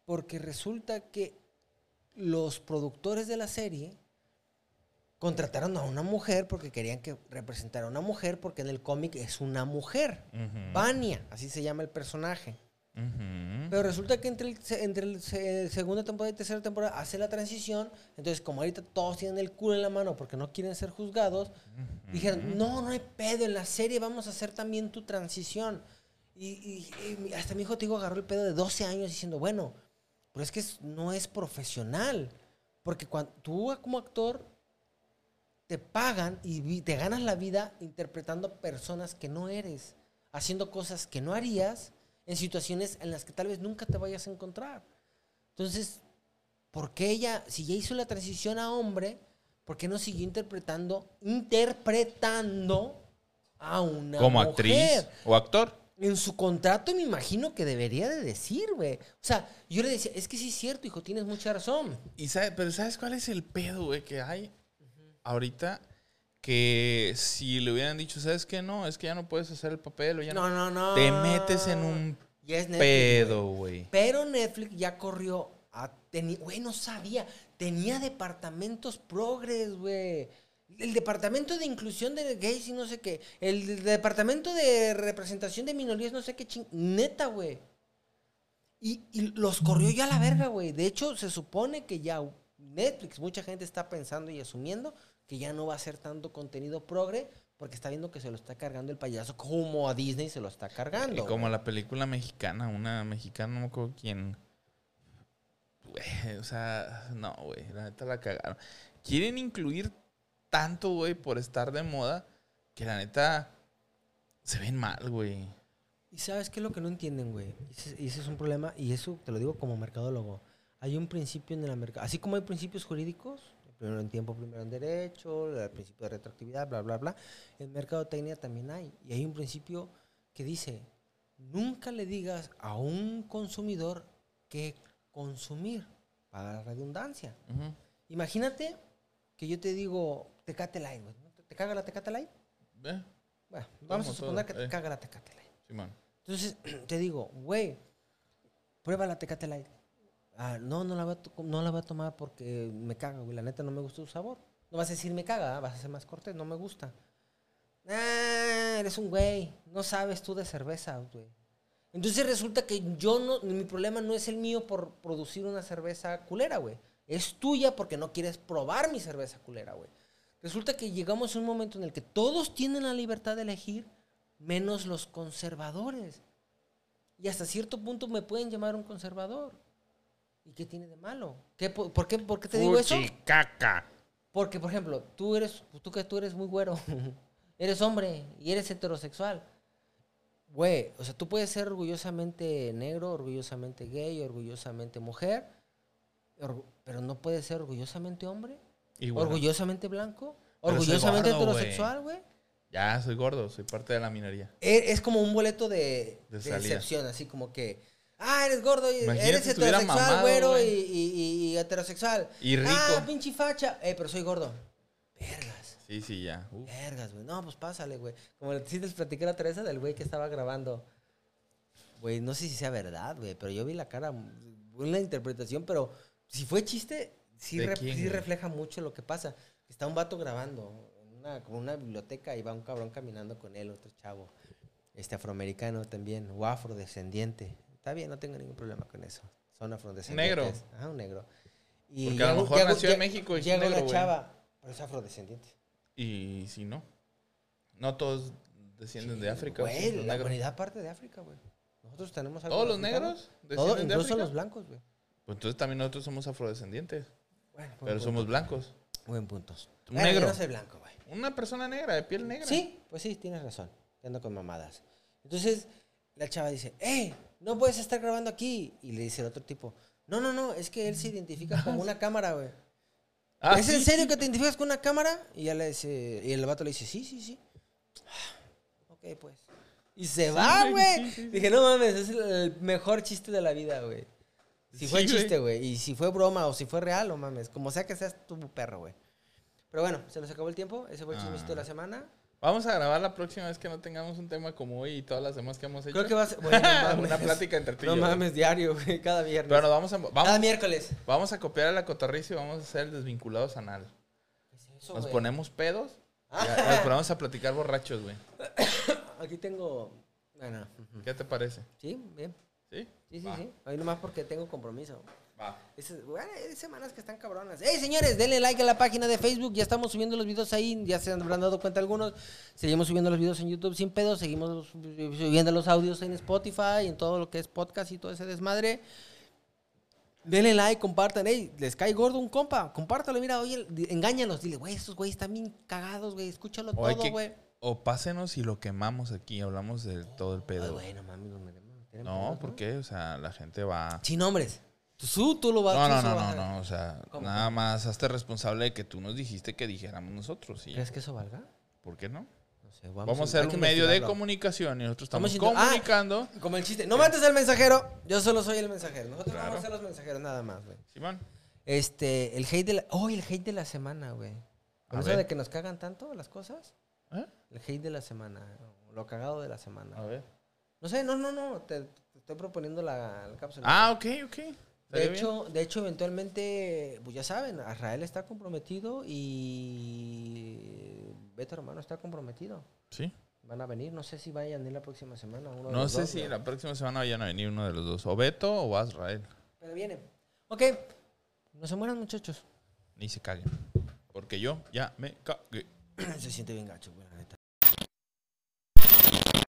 porque resulta que los productores de la serie contrataron a una mujer porque querían que representara a una mujer, porque en el cómic es una mujer. Vania, así se llama el personaje. Pero resulta que entre, el, se- entre el se- segunda temporada y tercera temporada hace la transición. Entonces, como ahorita todos tienen el culo en la mano porque no quieren ser juzgados, dijeron, no, no hay pedo, en la serie vamos a hacer también tu transición. Y, y- y mi- hasta mi hijo, te digo, agarró el pedo de 12 años diciendo, bueno, pero es que es- no es profesional. Porque cuando tú como actor te pagan y vi- te ganas la vida interpretando personas que no eres, haciendo cosas que no harías en situaciones en las que tal vez nunca te vayas a encontrar. Entonces, ¿por qué ella, si ya hizo la transición a hombre, por qué no siguió interpretando, interpretando a una
Como
mujer?
actriz o actor.
En su contrato me imagino que debería de decir, güey. O sea, yo le decía, es que sí es cierto, hijo, tienes mucha razón.
Y sabe- pero ¿sabes cuál es el pedo, güey, que hay ahorita? Que si le hubieran dicho, ¿sabes qué? No, es que ya no puedes hacer el papel o ya no.
No, no, no.
Te metes en un
Ya es Netflix,
pedo, güey.
Pero Netflix ya corrió a... teni- Güey, no sabía. Tenía departamentos progres, güey. El departamento de inclusión de gays y no sé qué. El de- departamento de representación de minorías, no sé qué ching. Neta, güey. Y, y los corrió ya a la verga, güey. De hecho, se supone que ya Netflix, mucha gente está pensando y asumiendo que ya no va a hacer tanto contenido progre porque está viendo que se lo está cargando el payaso como a Disney se lo está
Y
cargando.
como la película mexicana, una mexicana, no me acuerdo quién. Güey, o sea, no, güey, la neta la cagaron. Quieren incluir tanto, güey, por estar de moda, que la neta se ven mal, güey.
¿Y sabes qué es lo que no entienden, güey? Y ese, y ese es un problema, y eso te lo digo como mercadólogo. Hay un principio en el mercado. Así como hay principios jurídicos, primero en tiempo, primero en derecho, el principio de retroactividad, bla, bla, bla. En mercadotecnia también hay. Y hay un principio que dice: nunca le digas a un consumidor qué consumir, para la redundancia.
Ujú.
Imagínate que yo te digo, tecate light, güey. ¿no? ¿Te- ¿Te caga la tecate light?
Eh,
Bueno, vamos a
Como todo,
suponer que te
eh.
caga la tecate light.
Simón.
Entonces [clears throat] te digo, güey, prueba la Tecate Light. Ah, no, no la, voy a to- no la voy a tomar porque me caga, güey. La neta no me gusta su sabor. No vas a decir me caga, ¿ah? vas a ser más cortés, no me gusta. Ah, eres un güey. No sabes tú de cerveza, güey. Entonces resulta que yo no, mi problema no es el mío por producir una cerveza culera, güey. Es tuya porque no quieres probar mi cerveza culera, güey. Resulta que llegamos a un momento en el que todos tienen la libertad de elegir, menos los conservadores. Y hasta cierto punto me pueden llamar un conservador. ¿Y qué tiene de malo? ¿Qué, po- por, qué, ¿Por qué te digo eso?
Fuchicaca.
Porque, por ejemplo, tú eres, tú que tú eres muy güero, [laughs] eres hombre y eres heterosexual. Güey, o sea, tú puedes ser orgullosamente negro, orgullosamente gay, orgullosamente mujer, orgu- pero no puedes ser orgullosamente hombre,
Y bueno,
orgullosamente blanco,
Pero soy
orgullosamente
gordo, güey.
heterosexual, güey.
Ya, soy gordo, soy parte de la minoría.
E- Es como un boleto de,
De
de,
salida.
excepción, así como que, ah, eres gordo, y-
Imagínate
eres
si estuviera
heterosexual,
mamado,
güero y,
güey.
y- y- y heterosexual.
Y rico.
Ah, pinche facha. Eh, pero soy gordo. Vergas.
Sí, sí, ya. Uf.
Vergas, güey. No, pues pásale, güey. Como le sí les platiqué la Teresa del güey que estaba grabando. Güey, no sé si sea verdad, güey, pero yo vi la cara, una interpretación, pero si fue chiste, sí,
¿De
re-
quién,
sí
güey?
refleja mucho lo que pasa. Está un vato grabando, en una, como una biblioteca, y va un cabrón caminando con él, otro chavo, este afroamericano también, o afrodescendiente. Está bien, no tengo ningún problema con eso. Son afrodescendientes.
Negro.
Ajá, un negro. Y
Porque a
llega
lo
un-
mejor
llega un-
nació en
llega-
México y es
Llega
negro,
una
güey.
chava, pero es afrodescendiente.
Y si no. No todos descienden de África.
Güey,
sí, los
la
negros.
humanidad parte de África, güey. Nosotros tenemos algo
¿Todos los
africano.
negros
Todos,
descienden de
incluso
África?
los blancos, güey.
Pues entonces también nosotros somos afrodescendientes,
Bueno, buen
pero
punto.
somos blancos.
Buen punto.
Un
Bueno, yo
negro.
no soy blanco, güey.
Una persona negra, de piel negra.
Sí, pues sí, tienes razón. Yo Ando con mamadas. Entonces, la chava dice, ¡eh! No puedes estar grabando aquí. Y le dice el otro tipo, no, no, no, es que él se
[laughs]
identifica como una cámara, güey.
Ah,
¿Es en
sí.
serio que te identificas con una cámara? Y ya le dice, y el vato le dice, sí, sí, sí. Ok, pues. Y se va,
güey,
güey.
sí, sí, sí.
Dije, no mames, es el mejor chiste de la vida, güey. Si
Sí,
fue
güey.
chiste, güey. Y si fue broma o si fue real, o mames. Como sea que seas tu perro, güey. Pero bueno, se nos acabó el tiempo. Ese fue el chismecito de la
Ah.
semana.
Vamos a grabar la próxima vez que no tengamos un tema como hoy y todas las demás que hemos hecho. [laughs]
Creo que va a ser. Bueno, no
una
mames.
plática entre ti. y
No
yo, güey.
mames, Ah, diario, güey. Cada viernes.
Pero nos vamos a,
Cada
vamos,
miércoles.
vamos a copiar a la cotorriza y vamos a hacer el desvinculado sanal.
Eso,
Nos
güey. Ah,
ponemos pedos y a-
[laughs]
nos ponemos a platicar borrachos, güey.
Aquí tengo. Bueno, ujú.
¿Qué te parece?
sí, bien.
¿Sí?
Sí, sí,
Va,
sí. Hoy nomás porque tengo compromiso.
va.
Esas- bueno, hay semanas que están cabronas. ¡Ey, señores! Denle like a la página de Facebook. Ya estamos subiendo los videos ahí. Ya se habrán dado cuenta algunos. Seguimos subiendo los videos en YouTube sin pedo. Seguimos subiendo los audios en Spotify, en todo lo que es podcast y todo ese desmadre. Denle like, compartan. ¡Ey, les cae gordo un compa! Compártalo, mira, oye, di- engáñalos. Dile, güey, estos güeyes están bien cagados, güey. Escúchalo
O, hay
todo,
que-
güey.
o pásenos y lo quemamos aquí. Hablamos de todo el
Ay,
pedo. güey.
güey, no mames, nos metemos- nos metemos pedos,
no, porque, o sea, la gente va.
Sin nombres. Tú, tú lo vas
No,
tú
no,
se lo
no,
vas
no,
a-
no, o sea,
¿Cómo?
nada más hazte responsable de que tú nos dijiste que dijéramos nosotros, ¿sí?
¿Crees que eso valga?
¿Por qué no?
No sé, vamos,
Vamos, a
hay
ser
que
un medio de
investigarlo.
comunicación y nosotros estamos
Estamos siendo- ah.
comunicando.
Como el chiste. No mates al mensajero. Yo solo soy el mensajero. Nosotros
Claro.
vamos a ser los mensajeros nada más, güey.
Simón,
Este, el hate de la. Oh, el hate de la semana, güey. Con
A
eso
ver.
de que nos cagan tanto las cosas.
¿Eh?
El hate de la semana. Lo cagado de la semana.
a ver.
No sé, no, no, no. Te, te estoy proponiendo la, la cápsula.
Ah, ok, ok.
De
¿Estaría
hecho, de hecho, eventualmente, pues ya saben, Israel está comprometido y Beto Hermano está comprometido.
Sí.
Van a venir, no sé si vayan a ir la próxima semana. uno de
No
los
sé
dos,
si
¿no?
la próxima semana vayan a venir uno de los dos, o Beto o Azrael.
Pero viene. Ok, no se mueran muchachos. [clears throat]
Ni se caguen. Porque yo ya me cagué.
se siente bien gacho, güey.